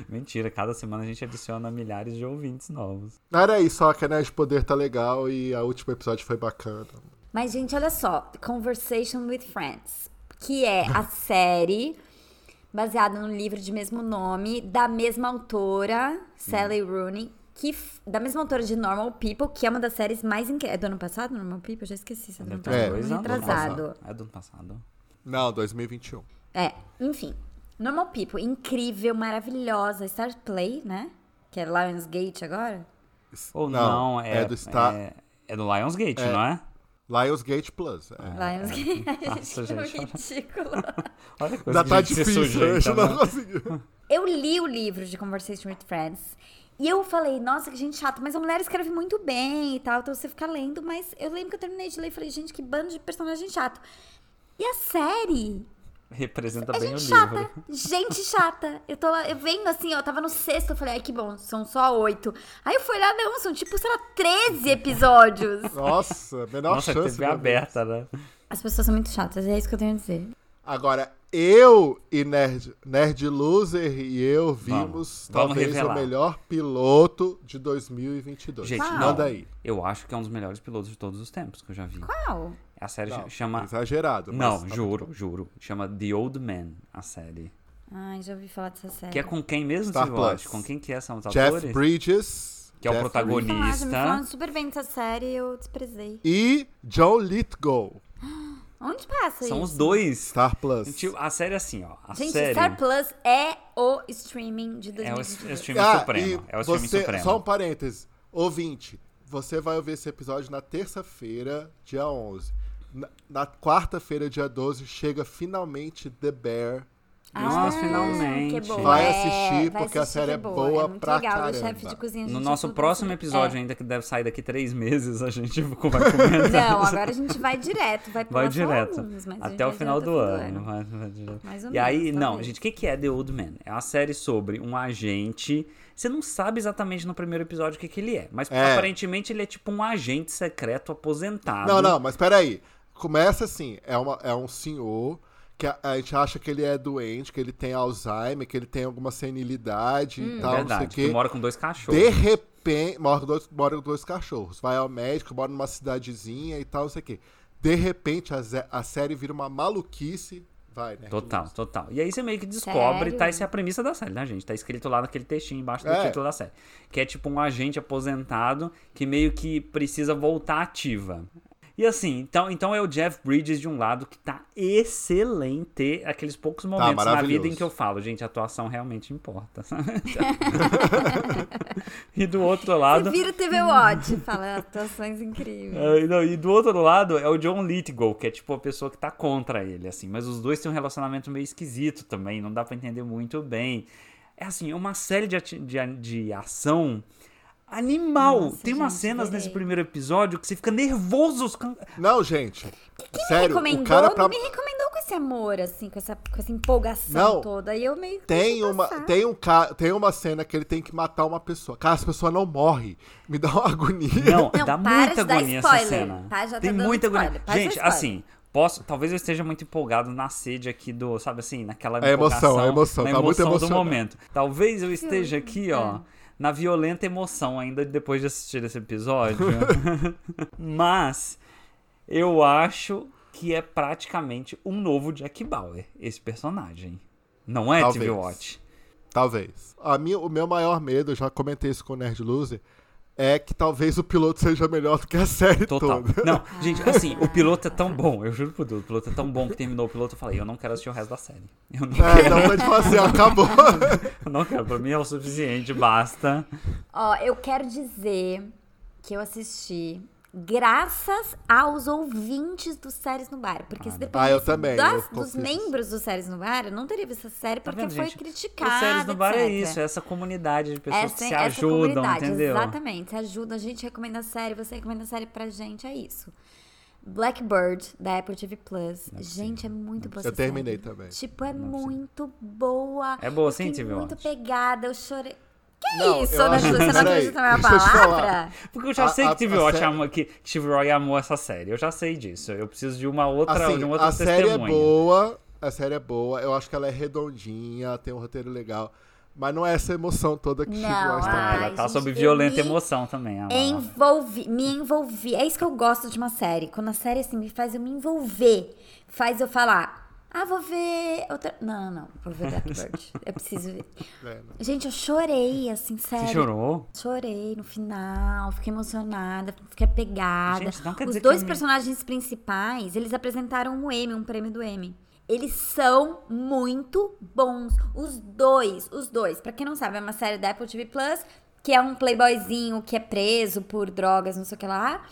[SPEAKER 3] Mentira, cada semana a gente adiciona milhares de ouvintes novos.
[SPEAKER 1] Não era isso, só que Anéis de Poder tá legal e o último episódio foi bacana.
[SPEAKER 2] Mas, gente, olha só: Conversation with Friends, que é a série baseada no livro de mesmo nome, da mesma autora, Sally
[SPEAKER 3] Hum.
[SPEAKER 2] Rooney, que, f- da mesma autora de Normal People, que é uma das séries mais incríveis. É do ano passado, Normal People? Eu já esqueci se é do ano
[SPEAKER 3] Deve ter
[SPEAKER 2] passado.
[SPEAKER 3] uns
[SPEAKER 1] É.
[SPEAKER 3] dois
[SPEAKER 2] ano
[SPEAKER 3] anos.
[SPEAKER 2] retrasado.
[SPEAKER 3] É do ano passado.
[SPEAKER 1] Não, 2021.
[SPEAKER 2] É, enfim. Normal People, incrível, maravilhosa. Star Play, né? Que é Lionsgate agora.
[SPEAKER 3] Ou não, é,
[SPEAKER 1] do Star...
[SPEAKER 3] é, é do Lionsgate, não é?
[SPEAKER 1] Lionsgate Plus. é.
[SPEAKER 3] Ah.
[SPEAKER 2] Lionsgate.
[SPEAKER 3] Nossa,
[SPEAKER 2] gente,
[SPEAKER 3] gente,
[SPEAKER 2] que ridículo.
[SPEAKER 3] Olha a coisa
[SPEAKER 1] Ainda
[SPEAKER 3] que
[SPEAKER 1] tá
[SPEAKER 3] a gente se
[SPEAKER 1] difícil, a gente
[SPEAKER 3] sujeita, né?
[SPEAKER 1] não conseguiu.
[SPEAKER 2] Eu li o livro de Conversation with Friends. E eu falei, nossa, que gente chata, mas a mulher escreve muito bem e tal, então você fica lendo, mas eu lembro que eu terminei de ler e falei, gente, que bando de personagem chato. E a série?
[SPEAKER 3] Representa
[SPEAKER 2] É
[SPEAKER 3] Tá bem o
[SPEAKER 2] gente chata,
[SPEAKER 3] livro.
[SPEAKER 2] gente chata. Eu, tô, eu vendo assim, ó, eu tava no sexto, eu falei, ai que bom, são só oito. Aí eu fui lá, não, são tipo, sei lá, 13 episódios.
[SPEAKER 1] Nossa, menor
[SPEAKER 3] Nossa,
[SPEAKER 1] chance.
[SPEAKER 3] TV
[SPEAKER 1] né?
[SPEAKER 3] aberta, né?
[SPEAKER 2] As pessoas são muito chatas, é isso que eu tenho a dizer.
[SPEAKER 1] Agora, eu e Nerd, Nerd Loser e eu
[SPEAKER 3] Vamos
[SPEAKER 1] vimos talvez
[SPEAKER 3] revelar.
[SPEAKER 1] o melhor piloto de 2022.
[SPEAKER 3] Gente,
[SPEAKER 2] Uau.
[SPEAKER 3] não.
[SPEAKER 1] Manda aí.
[SPEAKER 3] Eu acho que é um dos melhores pilotos de todos os tempos que eu já vi.
[SPEAKER 2] Uau.
[SPEAKER 3] A série
[SPEAKER 1] Não,
[SPEAKER 3] chama...
[SPEAKER 1] Exagerado. mas tá
[SPEAKER 3] Não,
[SPEAKER 1] muito
[SPEAKER 3] juro,
[SPEAKER 1] bom.
[SPEAKER 3] juro. Chama The Old Man, a série.
[SPEAKER 2] Ai, já ouvi falar dessa série.
[SPEAKER 3] Que é com quem mesmo,
[SPEAKER 1] Star
[SPEAKER 3] Steve Watch?
[SPEAKER 1] Plus.
[SPEAKER 3] Com quem que é, são os
[SPEAKER 1] Jeff
[SPEAKER 3] atores?
[SPEAKER 1] Bridges.
[SPEAKER 3] Que é o
[SPEAKER 1] Jeff
[SPEAKER 3] protagonista.
[SPEAKER 2] Ah, já me
[SPEAKER 3] Lista.
[SPEAKER 2] falando super bem dessa série, eu desprezei.
[SPEAKER 1] Bridges E John Lithgow.
[SPEAKER 2] Onde passa
[SPEAKER 3] São os
[SPEAKER 2] isso?
[SPEAKER 3] dois.
[SPEAKER 1] Star Plus.
[SPEAKER 3] Tipo, A série é assim, ó. A
[SPEAKER 2] Gente,
[SPEAKER 3] série
[SPEAKER 2] Star Plus é o streaming de
[SPEAKER 3] é o
[SPEAKER 2] 2022.
[SPEAKER 3] é o streaming
[SPEAKER 1] Ah,
[SPEAKER 3] supremo.
[SPEAKER 1] e
[SPEAKER 3] É o
[SPEAKER 1] você,
[SPEAKER 3] streaming supremo.
[SPEAKER 1] Só um parêntese. Ouvinte, você vai ouvir esse episódio na terça-feira, dia 11. Na, na quarta-feira, dia 12, chega finalmente The Bear.
[SPEAKER 3] Nossa,
[SPEAKER 2] Ah,
[SPEAKER 3] finalmente.
[SPEAKER 2] Que boa.
[SPEAKER 1] Vai
[SPEAKER 2] É,
[SPEAKER 1] assistir,
[SPEAKER 2] vai
[SPEAKER 1] porque a série
[SPEAKER 2] que
[SPEAKER 1] é boa
[SPEAKER 2] é muito
[SPEAKER 1] pra
[SPEAKER 2] legal. E o
[SPEAKER 1] caramba.
[SPEAKER 2] chefe de cozinha, a
[SPEAKER 3] No
[SPEAKER 2] gente
[SPEAKER 3] nosso
[SPEAKER 2] ajuda
[SPEAKER 3] próximo
[SPEAKER 2] bastante.
[SPEAKER 3] episódio,
[SPEAKER 1] é.
[SPEAKER 3] ainda que deve sair daqui três meses, a gente vai comentar.
[SPEAKER 2] É. Não, agora a gente vai direto. Vai, pular
[SPEAKER 3] Vai
[SPEAKER 2] só
[SPEAKER 3] direto.
[SPEAKER 2] alguns, mas a gente
[SPEAKER 3] até o
[SPEAKER 2] vai
[SPEAKER 3] final
[SPEAKER 2] direto
[SPEAKER 3] do
[SPEAKER 2] ao fim
[SPEAKER 3] ano. Vai- vai direto.
[SPEAKER 2] Mais ou
[SPEAKER 3] e aí,
[SPEAKER 2] menos,
[SPEAKER 3] não,
[SPEAKER 2] talvez.
[SPEAKER 3] gente, o que, que é The Old Man? É uma série sobre um agente. Você não sabe exatamente no primeiro episódio o que, que ele é, mas
[SPEAKER 1] É.
[SPEAKER 3] aparentemente ele é tipo um agente secreto aposentado.
[SPEAKER 1] Não, não, mas peraí. Começa assim, é, uma, é um senhor que a, a gente acha que ele é doente, que ele tem Alzheimer, que ele tem alguma senilidade e
[SPEAKER 3] É
[SPEAKER 1] tal, não sei o
[SPEAKER 3] verdade,
[SPEAKER 1] quê.
[SPEAKER 3] que mora com dois cachorros.
[SPEAKER 1] De repente, mora com, dois, mora com dois cachorros. Vai ao médico, mora numa cidadezinha e tal, não sei o quê. De repente, a, ze- a série vira uma maluquice. Vai, né?
[SPEAKER 3] Total, total. E aí você meio que descobre,
[SPEAKER 2] Sério?
[SPEAKER 3] tá? Essa é a premissa da série, né, gente? Tá escrito lá naquele textinho embaixo do
[SPEAKER 1] É.
[SPEAKER 3] título da série. Que é tipo um agente aposentado que meio que precisa voltar ativa. E assim, então, então é o Jeff Bridges de um lado que tá excelente. Aqueles poucos momentos na
[SPEAKER 1] Tá maravilhoso.
[SPEAKER 3] vida em que eu falo, gente, a atuação realmente importa. sabe? e do outro
[SPEAKER 2] Você
[SPEAKER 3] lado.
[SPEAKER 2] vira o TV Watch, fala atuações incríveis.
[SPEAKER 3] É, não, e do outro lado é o John Lithgow, que é tipo a pessoa que tá contra ele, assim. Mas os dois têm um relacionamento meio esquisito também, não dá pra entender muito bem. É assim, é uma série de, ati- de, a- de ação animal.
[SPEAKER 2] Nossa,
[SPEAKER 3] Tem umas
[SPEAKER 2] gente,
[SPEAKER 3] cenas
[SPEAKER 2] adorei.
[SPEAKER 3] nesse primeiro episódio que você fica nervoso. os can-
[SPEAKER 1] Não, gente.
[SPEAKER 2] Me
[SPEAKER 1] sério,
[SPEAKER 2] recomendou,
[SPEAKER 1] o cara pra...
[SPEAKER 2] não me recomendou com esse amor, assim, com essa, com essa empolgação
[SPEAKER 1] Não.
[SPEAKER 2] toda. E eu meio que
[SPEAKER 1] Tem
[SPEAKER 2] deixei
[SPEAKER 1] uma,
[SPEAKER 2] passar.
[SPEAKER 1] tem, um ca... tem uma cena que ele tem que matar uma pessoa. Cara, essa pessoa não morre. Me dá uma agonia.
[SPEAKER 3] Não,
[SPEAKER 2] Não,
[SPEAKER 3] dá
[SPEAKER 2] para
[SPEAKER 3] muita
[SPEAKER 2] de dar
[SPEAKER 3] agonia essa
[SPEAKER 2] spoiler.
[SPEAKER 3] cena.
[SPEAKER 2] Tá, já tá
[SPEAKER 3] Tem
[SPEAKER 2] dando
[SPEAKER 3] muita
[SPEAKER 2] spoiler.
[SPEAKER 3] agonia.
[SPEAKER 2] Para de dar
[SPEAKER 3] Gente,
[SPEAKER 2] spoiler.
[SPEAKER 3] assim, posso, talvez eu esteja muito empolgado na sede aqui do, sabe assim, naquela
[SPEAKER 1] É emoção,
[SPEAKER 3] empolgação,
[SPEAKER 1] é emoção,
[SPEAKER 3] na
[SPEAKER 1] tá muito
[SPEAKER 3] emoção do
[SPEAKER 1] emocionado.
[SPEAKER 3] momento. Talvez eu esteja aqui,
[SPEAKER 2] É.
[SPEAKER 3] ó, na violenta emoção ainda depois de assistir esse episódio. Mas eu acho que é praticamente um novo Jack Bauer esse personagem. Não é TV
[SPEAKER 1] Talvez.
[SPEAKER 3] Watch?
[SPEAKER 1] Talvez. A minha, o meu maior medo, eu já comentei isso com o Nerd Loser, é que talvez o piloto seja melhor do que a série
[SPEAKER 3] Total.
[SPEAKER 1] toda.
[SPEAKER 3] Não, gente, assim, o piloto é tão bom, eu juro por Deus, o piloto é tão bom que terminou o piloto, eu falei, eu não quero assistir o resto da série. Eu não
[SPEAKER 1] É, não pode falar assim, acabou.
[SPEAKER 3] Eu Não, cara, pra mim é o suficiente, basta.
[SPEAKER 2] Ó, eu quero dizer que eu assisti graças aos ouvintes do Séries no Bar. Porque se
[SPEAKER 1] Ah,
[SPEAKER 2] dependesse
[SPEAKER 1] eu também,
[SPEAKER 2] das-
[SPEAKER 1] eu
[SPEAKER 2] dos
[SPEAKER 1] confesso.
[SPEAKER 2] membros do Séries no Bar, eu não teria visto essa série
[SPEAKER 3] Tá
[SPEAKER 2] porque
[SPEAKER 3] vendo,
[SPEAKER 2] foi
[SPEAKER 3] gente?
[SPEAKER 2] criticada.
[SPEAKER 3] o Séries no Bar é
[SPEAKER 2] etc.
[SPEAKER 3] isso, é essa comunidade de pessoas que
[SPEAKER 2] Essa, é
[SPEAKER 3] se
[SPEAKER 2] essa
[SPEAKER 3] ajudam,
[SPEAKER 2] comunidade,
[SPEAKER 3] entendeu?
[SPEAKER 2] exatamente. Se ajudam, a gente recomenda a série, você recomenda a série pra gente, é isso. Blackbird, da Apple TV Plus.
[SPEAKER 3] Ah,
[SPEAKER 2] gente, é muito boa
[SPEAKER 1] Eu
[SPEAKER 2] essa
[SPEAKER 1] terminei
[SPEAKER 2] série.
[SPEAKER 1] também.
[SPEAKER 2] Tipo, é muito boa.
[SPEAKER 3] É boa,
[SPEAKER 2] Eu
[SPEAKER 3] sim,
[SPEAKER 2] fiquei
[SPEAKER 3] TV
[SPEAKER 2] Muito
[SPEAKER 3] Watch?
[SPEAKER 2] pegada, eu chorei. Que
[SPEAKER 1] Não,
[SPEAKER 2] isso,
[SPEAKER 1] eu
[SPEAKER 2] Ana
[SPEAKER 1] acho-
[SPEAKER 2] Júlia? Você não
[SPEAKER 1] peraí,
[SPEAKER 2] acredita na minha
[SPEAKER 1] deixa eu te falar.
[SPEAKER 2] palavra?
[SPEAKER 3] Porque eu já
[SPEAKER 1] A-
[SPEAKER 3] sei
[SPEAKER 1] a-
[SPEAKER 3] que TV
[SPEAKER 1] a
[SPEAKER 3] Watch
[SPEAKER 1] série-
[SPEAKER 3] amou, que Steve Roy amou essa série. Eu já sei disso. Eu preciso de uma outra,
[SPEAKER 1] Assim,
[SPEAKER 3] de um outro
[SPEAKER 1] a série é
[SPEAKER 3] testemunho.
[SPEAKER 1] boa, a série é boa, eu acho que ela é redondinha, tem um roteiro legal, mas não é essa emoção toda que né? chegou
[SPEAKER 2] Não,
[SPEAKER 1] a
[SPEAKER 3] Ah,
[SPEAKER 1] estar.
[SPEAKER 2] ai.
[SPEAKER 3] ela tá
[SPEAKER 2] gente, é
[SPEAKER 3] sob
[SPEAKER 2] eu
[SPEAKER 3] violenta
[SPEAKER 2] me
[SPEAKER 3] emoção também. amava.
[SPEAKER 2] Envolvi, me envolvi. É isso que eu gosto de uma série. Quando a série assim me faz eu me envolver, faz eu falar: "Ah, vou ver outra". Não, não, não, vou ver Blackbird. eu preciso ver.
[SPEAKER 1] É, não.
[SPEAKER 2] Gente, eu chorei, assim, sério.
[SPEAKER 3] Você chorou?
[SPEAKER 2] Chorei no final, fiquei emocionada, fiquei apegada.
[SPEAKER 3] Gente, não quer
[SPEAKER 2] Os
[SPEAKER 3] dizer
[SPEAKER 2] dois
[SPEAKER 3] que-
[SPEAKER 2] personagens principais, eles apresentaram um M, um prêmio do M. Eles são muito bons. Os dois, os dois. Pra quem não sabe, é uma série da Apple TV Plus, que é um playboyzinho que é preso por drogas, não sei o que lá.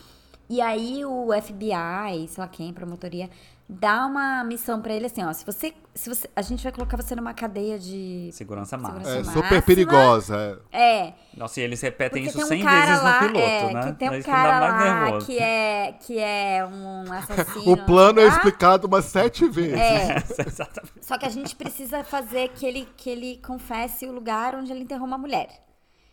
[SPEAKER 2] E aí o FBI, sei lá quem, promotoria, dá uma missão pra ele assim, ó, se você, se você, a gente vai colocar você numa cadeia de
[SPEAKER 3] Segurança máxima.
[SPEAKER 2] Segurança
[SPEAKER 1] É
[SPEAKER 2] máxima.
[SPEAKER 1] super perigosa. é.
[SPEAKER 2] é,
[SPEAKER 3] Nossa, e eles repetem
[SPEAKER 2] porque
[SPEAKER 3] isso
[SPEAKER 2] tem um
[SPEAKER 3] 100
[SPEAKER 2] cara
[SPEAKER 3] vezes
[SPEAKER 2] lá,
[SPEAKER 3] no piloto,
[SPEAKER 2] é,
[SPEAKER 3] né?
[SPEAKER 2] Que tem um
[SPEAKER 3] Isso me dá
[SPEAKER 2] cara
[SPEAKER 3] mais
[SPEAKER 2] lá
[SPEAKER 3] nervoso.
[SPEAKER 2] que é, que é um assassino.
[SPEAKER 1] O plano é
[SPEAKER 2] lá.
[SPEAKER 1] explicado umas sete vezes.
[SPEAKER 2] É,
[SPEAKER 3] Exatamente.
[SPEAKER 2] só que a gente precisa fazer que ele, que ele confesse o lugar onde ele enterrou uma mulher.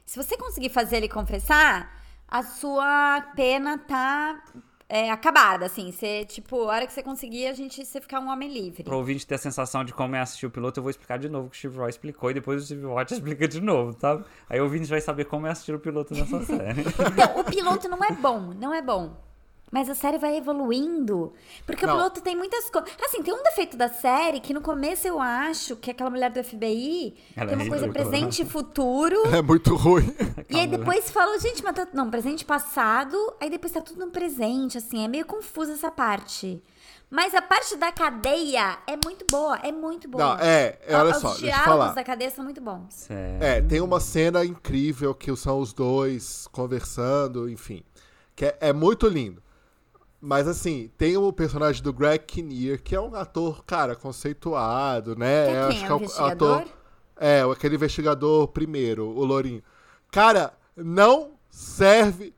[SPEAKER 2] Se você conseguir fazer ele confessar, a sua pena tá é, acabada, assim. Você, tipo, a hora que você conseguir, a gente, você ficar um homem livre.
[SPEAKER 3] Pro ouvinte ter a sensação de como é assistir o piloto, eu vou explicar de novo o que o Steve Roy explicou e depois o Steve Watch explica de novo, tá? Aí o ouvinte vai saber como é assistir o piloto dessa série.
[SPEAKER 2] Então, o piloto não é bom, não é bom. Mas a série vai evoluindo. Porque
[SPEAKER 1] Não.
[SPEAKER 2] o piloto tem muitas coisas. Assim, tem um defeito da série que no começo eu acho que aquela mulher do FBI
[SPEAKER 3] Ela
[SPEAKER 2] tem uma
[SPEAKER 3] é
[SPEAKER 2] coisa
[SPEAKER 3] ridícula.
[SPEAKER 2] presente e futuro.
[SPEAKER 1] É muito ruim.
[SPEAKER 2] e aí
[SPEAKER 3] Calma,
[SPEAKER 2] depois fala, gente, mas tá. Não, presente e passado. Aí depois tá tudo no presente, assim. É meio confusa essa parte. Mas a parte da cadeia é muito boa. É muito boa. Ah,
[SPEAKER 1] Não, é, é, olha
[SPEAKER 2] Os
[SPEAKER 1] só, deixa eu
[SPEAKER 2] diálogos
[SPEAKER 1] falar.
[SPEAKER 2] da cadeia são muito bons.
[SPEAKER 3] Sério.
[SPEAKER 1] É, tem uma cena incrível que são os dois conversando, enfim. Que é, é muito lindo. Mas assim, tem o personagem do Greg Kinnear, que é um ator, cara, conceituado, né?
[SPEAKER 2] Que é quem? É um
[SPEAKER 1] o
[SPEAKER 2] investigador?
[SPEAKER 1] É, o- aquele investigador primeiro, o Lourinho. Cara, não serve.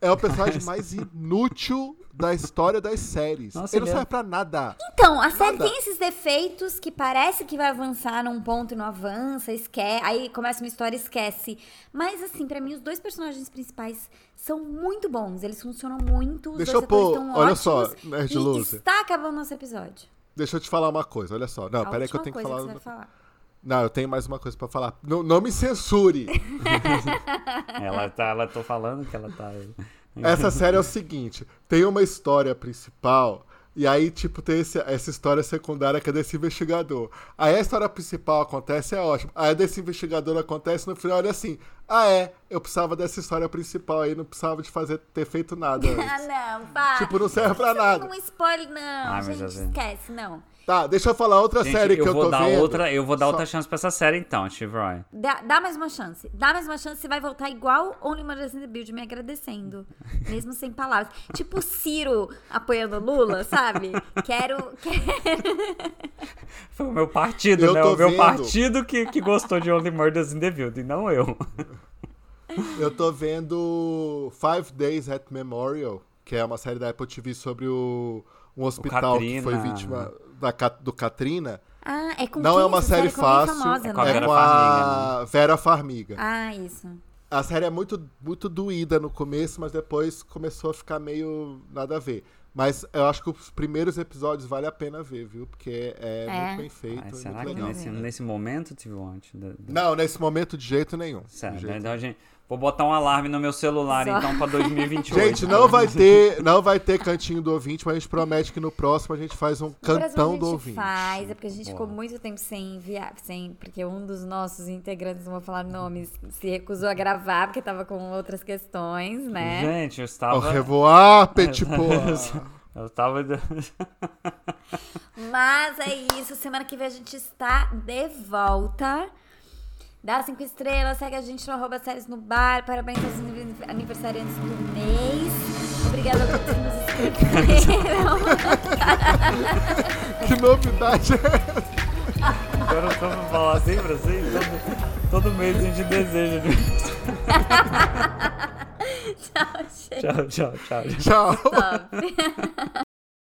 [SPEAKER 1] É o personagem mais inútil da história das séries.
[SPEAKER 3] Nossa,
[SPEAKER 1] ele
[SPEAKER 3] ele
[SPEAKER 1] não
[SPEAKER 3] é-
[SPEAKER 1] serve pra nada.
[SPEAKER 2] Então, a série
[SPEAKER 1] Nada.
[SPEAKER 2] tem esses defeitos que parece que vai avançar num ponto e não avança, esquece, aí começa uma história e esquece. Mas assim, pra mim os dois personagens principais são muito bons, eles funcionam muito, os
[SPEAKER 1] Deixa
[SPEAKER 2] dois
[SPEAKER 1] eu pôr-
[SPEAKER 2] atores estão
[SPEAKER 1] olha
[SPEAKER 2] ótimos.
[SPEAKER 1] só, Nerd
[SPEAKER 2] e
[SPEAKER 1] Loser.
[SPEAKER 2] está acabando nosso episódio.
[SPEAKER 1] Deixa eu te falar uma coisa, olha só. Não,
[SPEAKER 2] a
[SPEAKER 1] Ah, peraí que eu tenho
[SPEAKER 2] última
[SPEAKER 1] que
[SPEAKER 2] coisa
[SPEAKER 1] falar.
[SPEAKER 2] que você vai falar.
[SPEAKER 1] Não, eu tenho mais uma coisa pra falar. Não, não me censure.
[SPEAKER 3] Ela tá, ela tô falando que ela tá.
[SPEAKER 1] Essa série é o seguinte: tem uma história principal, e aí, tipo, tem esse- essa história secundária que é desse investigador. Aí a história principal acontece, é ótimo. Aí desse investigador acontece, no final, olha assim: ah, é, eu precisava dessa história principal aí, não precisava de fazer, ter feito nada. antes."
[SPEAKER 2] Ah, não, pá.
[SPEAKER 1] tipo, não serve pra nada.
[SPEAKER 2] Um spoiler, não,
[SPEAKER 3] Ah, mas
[SPEAKER 2] gente,
[SPEAKER 3] eu sei.
[SPEAKER 2] esquece, não.
[SPEAKER 1] Tá, deixa eu falar outra
[SPEAKER 3] Gente,
[SPEAKER 1] série que eu,
[SPEAKER 3] vou
[SPEAKER 1] tô
[SPEAKER 3] dar
[SPEAKER 1] vendo.
[SPEAKER 3] outra, eu vou dar
[SPEAKER 1] Só-
[SPEAKER 3] outra chance pra essa série então, Steve Roy.
[SPEAKER 2] Dá, dá mais uma chance. Dá mais uma chance, você vai voltar igual Only Mothers in the Build, me agradecendo. Mesmo sem palavras. Tipo o Ciro apoiando o Lula, sabe? Quero. quero...
[SPEAKER 3] Foi o meu partido,
[SPEAKER 1] Eu
[SPEAKER 3] né?
[SPEAKER 1] tô
[SPEAKER 3] O meu
[SPEAKER 1] vendo.
[SPEAKER 3] partido que, que gostou de Only Murders in the Building, não eu.
[SPEAKER 1] Eu tô vendo Five Days at Memorial, que é uma série da Apple TV sobre o, um hospital que foi
[SPEAKER 3] Katrina.
[SPEAKER 1] vítima da, Ca- do Katrina.
[SPEAKER 2] Ah, é com
[SPEAKER 1] Não
[SPEAKER 2] quem
[SPEAKER 1] é uma
[SPEAKER 2] essa
[SPEAKER 1] série
[SPEAKER 2] com alguém
[SPEAKER 1] fácil,
[SPEAKER 2] Famosa,
[SPEAKER 3] É
[SPEAKER 1] é
[SPEAKER 3] com
[SPEAKER 1] com
[SPEAKER 3] a
[SPEAKER 1] a
[SPEAKER 2] né?
[SPEAKER 3] Vera
[SPEAKER 1] Vera Farmiga.
[SPEAKER 3] Farmiga, né?
[SPEAKER 2] Ah, isso.
[SPEAKER 1] A série é muito, muito doída no começo, mas depois começou a ficar meio nada a ver. Mas eu acho que os primeiros episódios vale a pena ver, viu? Porque é,
[SPEAKER 2] É.
[SPEAKER 1] muito bem feito,
[SPEAKER 3] Ai,
[SPEAKER 1] é
[SPEAKER 3] Ah, será
[SPEAKER 1] muito
[SPEAKER 3] que
[SPEAKER 1] legal.
[SPEAKER 3] nesse, nesse momento Steve Watch? da- da-
[SPEAKER 1] Não, nesse momento de jeito nenhum. De
[SPEAKER 3] Sério,
[SPEAKER 1] jeito
[SPEAKER 3] né? então, gente, vou botar um alarme no meu celular
[SPEAKER 2] Só.
[SPEAKER 3] então pra 2028.
[SPEAKER 1] Gente, não vai ter, não vai ter cantinho do ouvinte, mas a gente promete que no próximo a gente faz um
[SPEAKER 2] Brasil a
[SPEAKER 1] cantão
[SPEAKER 2] gente
[SPEAKER 1] do ouvinte.
[SPEAKER 2] Faz, é porque a gente ficou
[SPEAKER 3] Boa.
[SPEAKER 2] muito tempo sem enviar, sem, porque um dos nossos integrantes, não vou falar nomes, se recusou a gravar porque tava com outras questões, né?
[SPEAKER 3] Gente, eu
[SPEAKER 1] Ao
[SPEAKER 3] estava.
[SPEAKER 1] revoar, Petipoa.
[SPEAKER 3] Eu estava.
[SPEAKER 2] Mas é isso, semana que vem a gente está de volta. Dá cinco estrelas, segue a gente no arroba séries no bar. Parabéns aos aniv- aniversariantes do mês. Obrigada por todos que nos inscreveram.
[SPEAKER 1] Que novidade é?
[SPEAKER 3] Agora eu tô pra falar assim pra assim, todo, todo mês a gente deseja. né? de-
[SPEAKER 2] Tchau, gente.
[SPEAKER 3] Tchau, tchau,
[SPEAKER 1] Tchau.
[SPEAKER 3] tchau.
[SPEAKER 2] Top.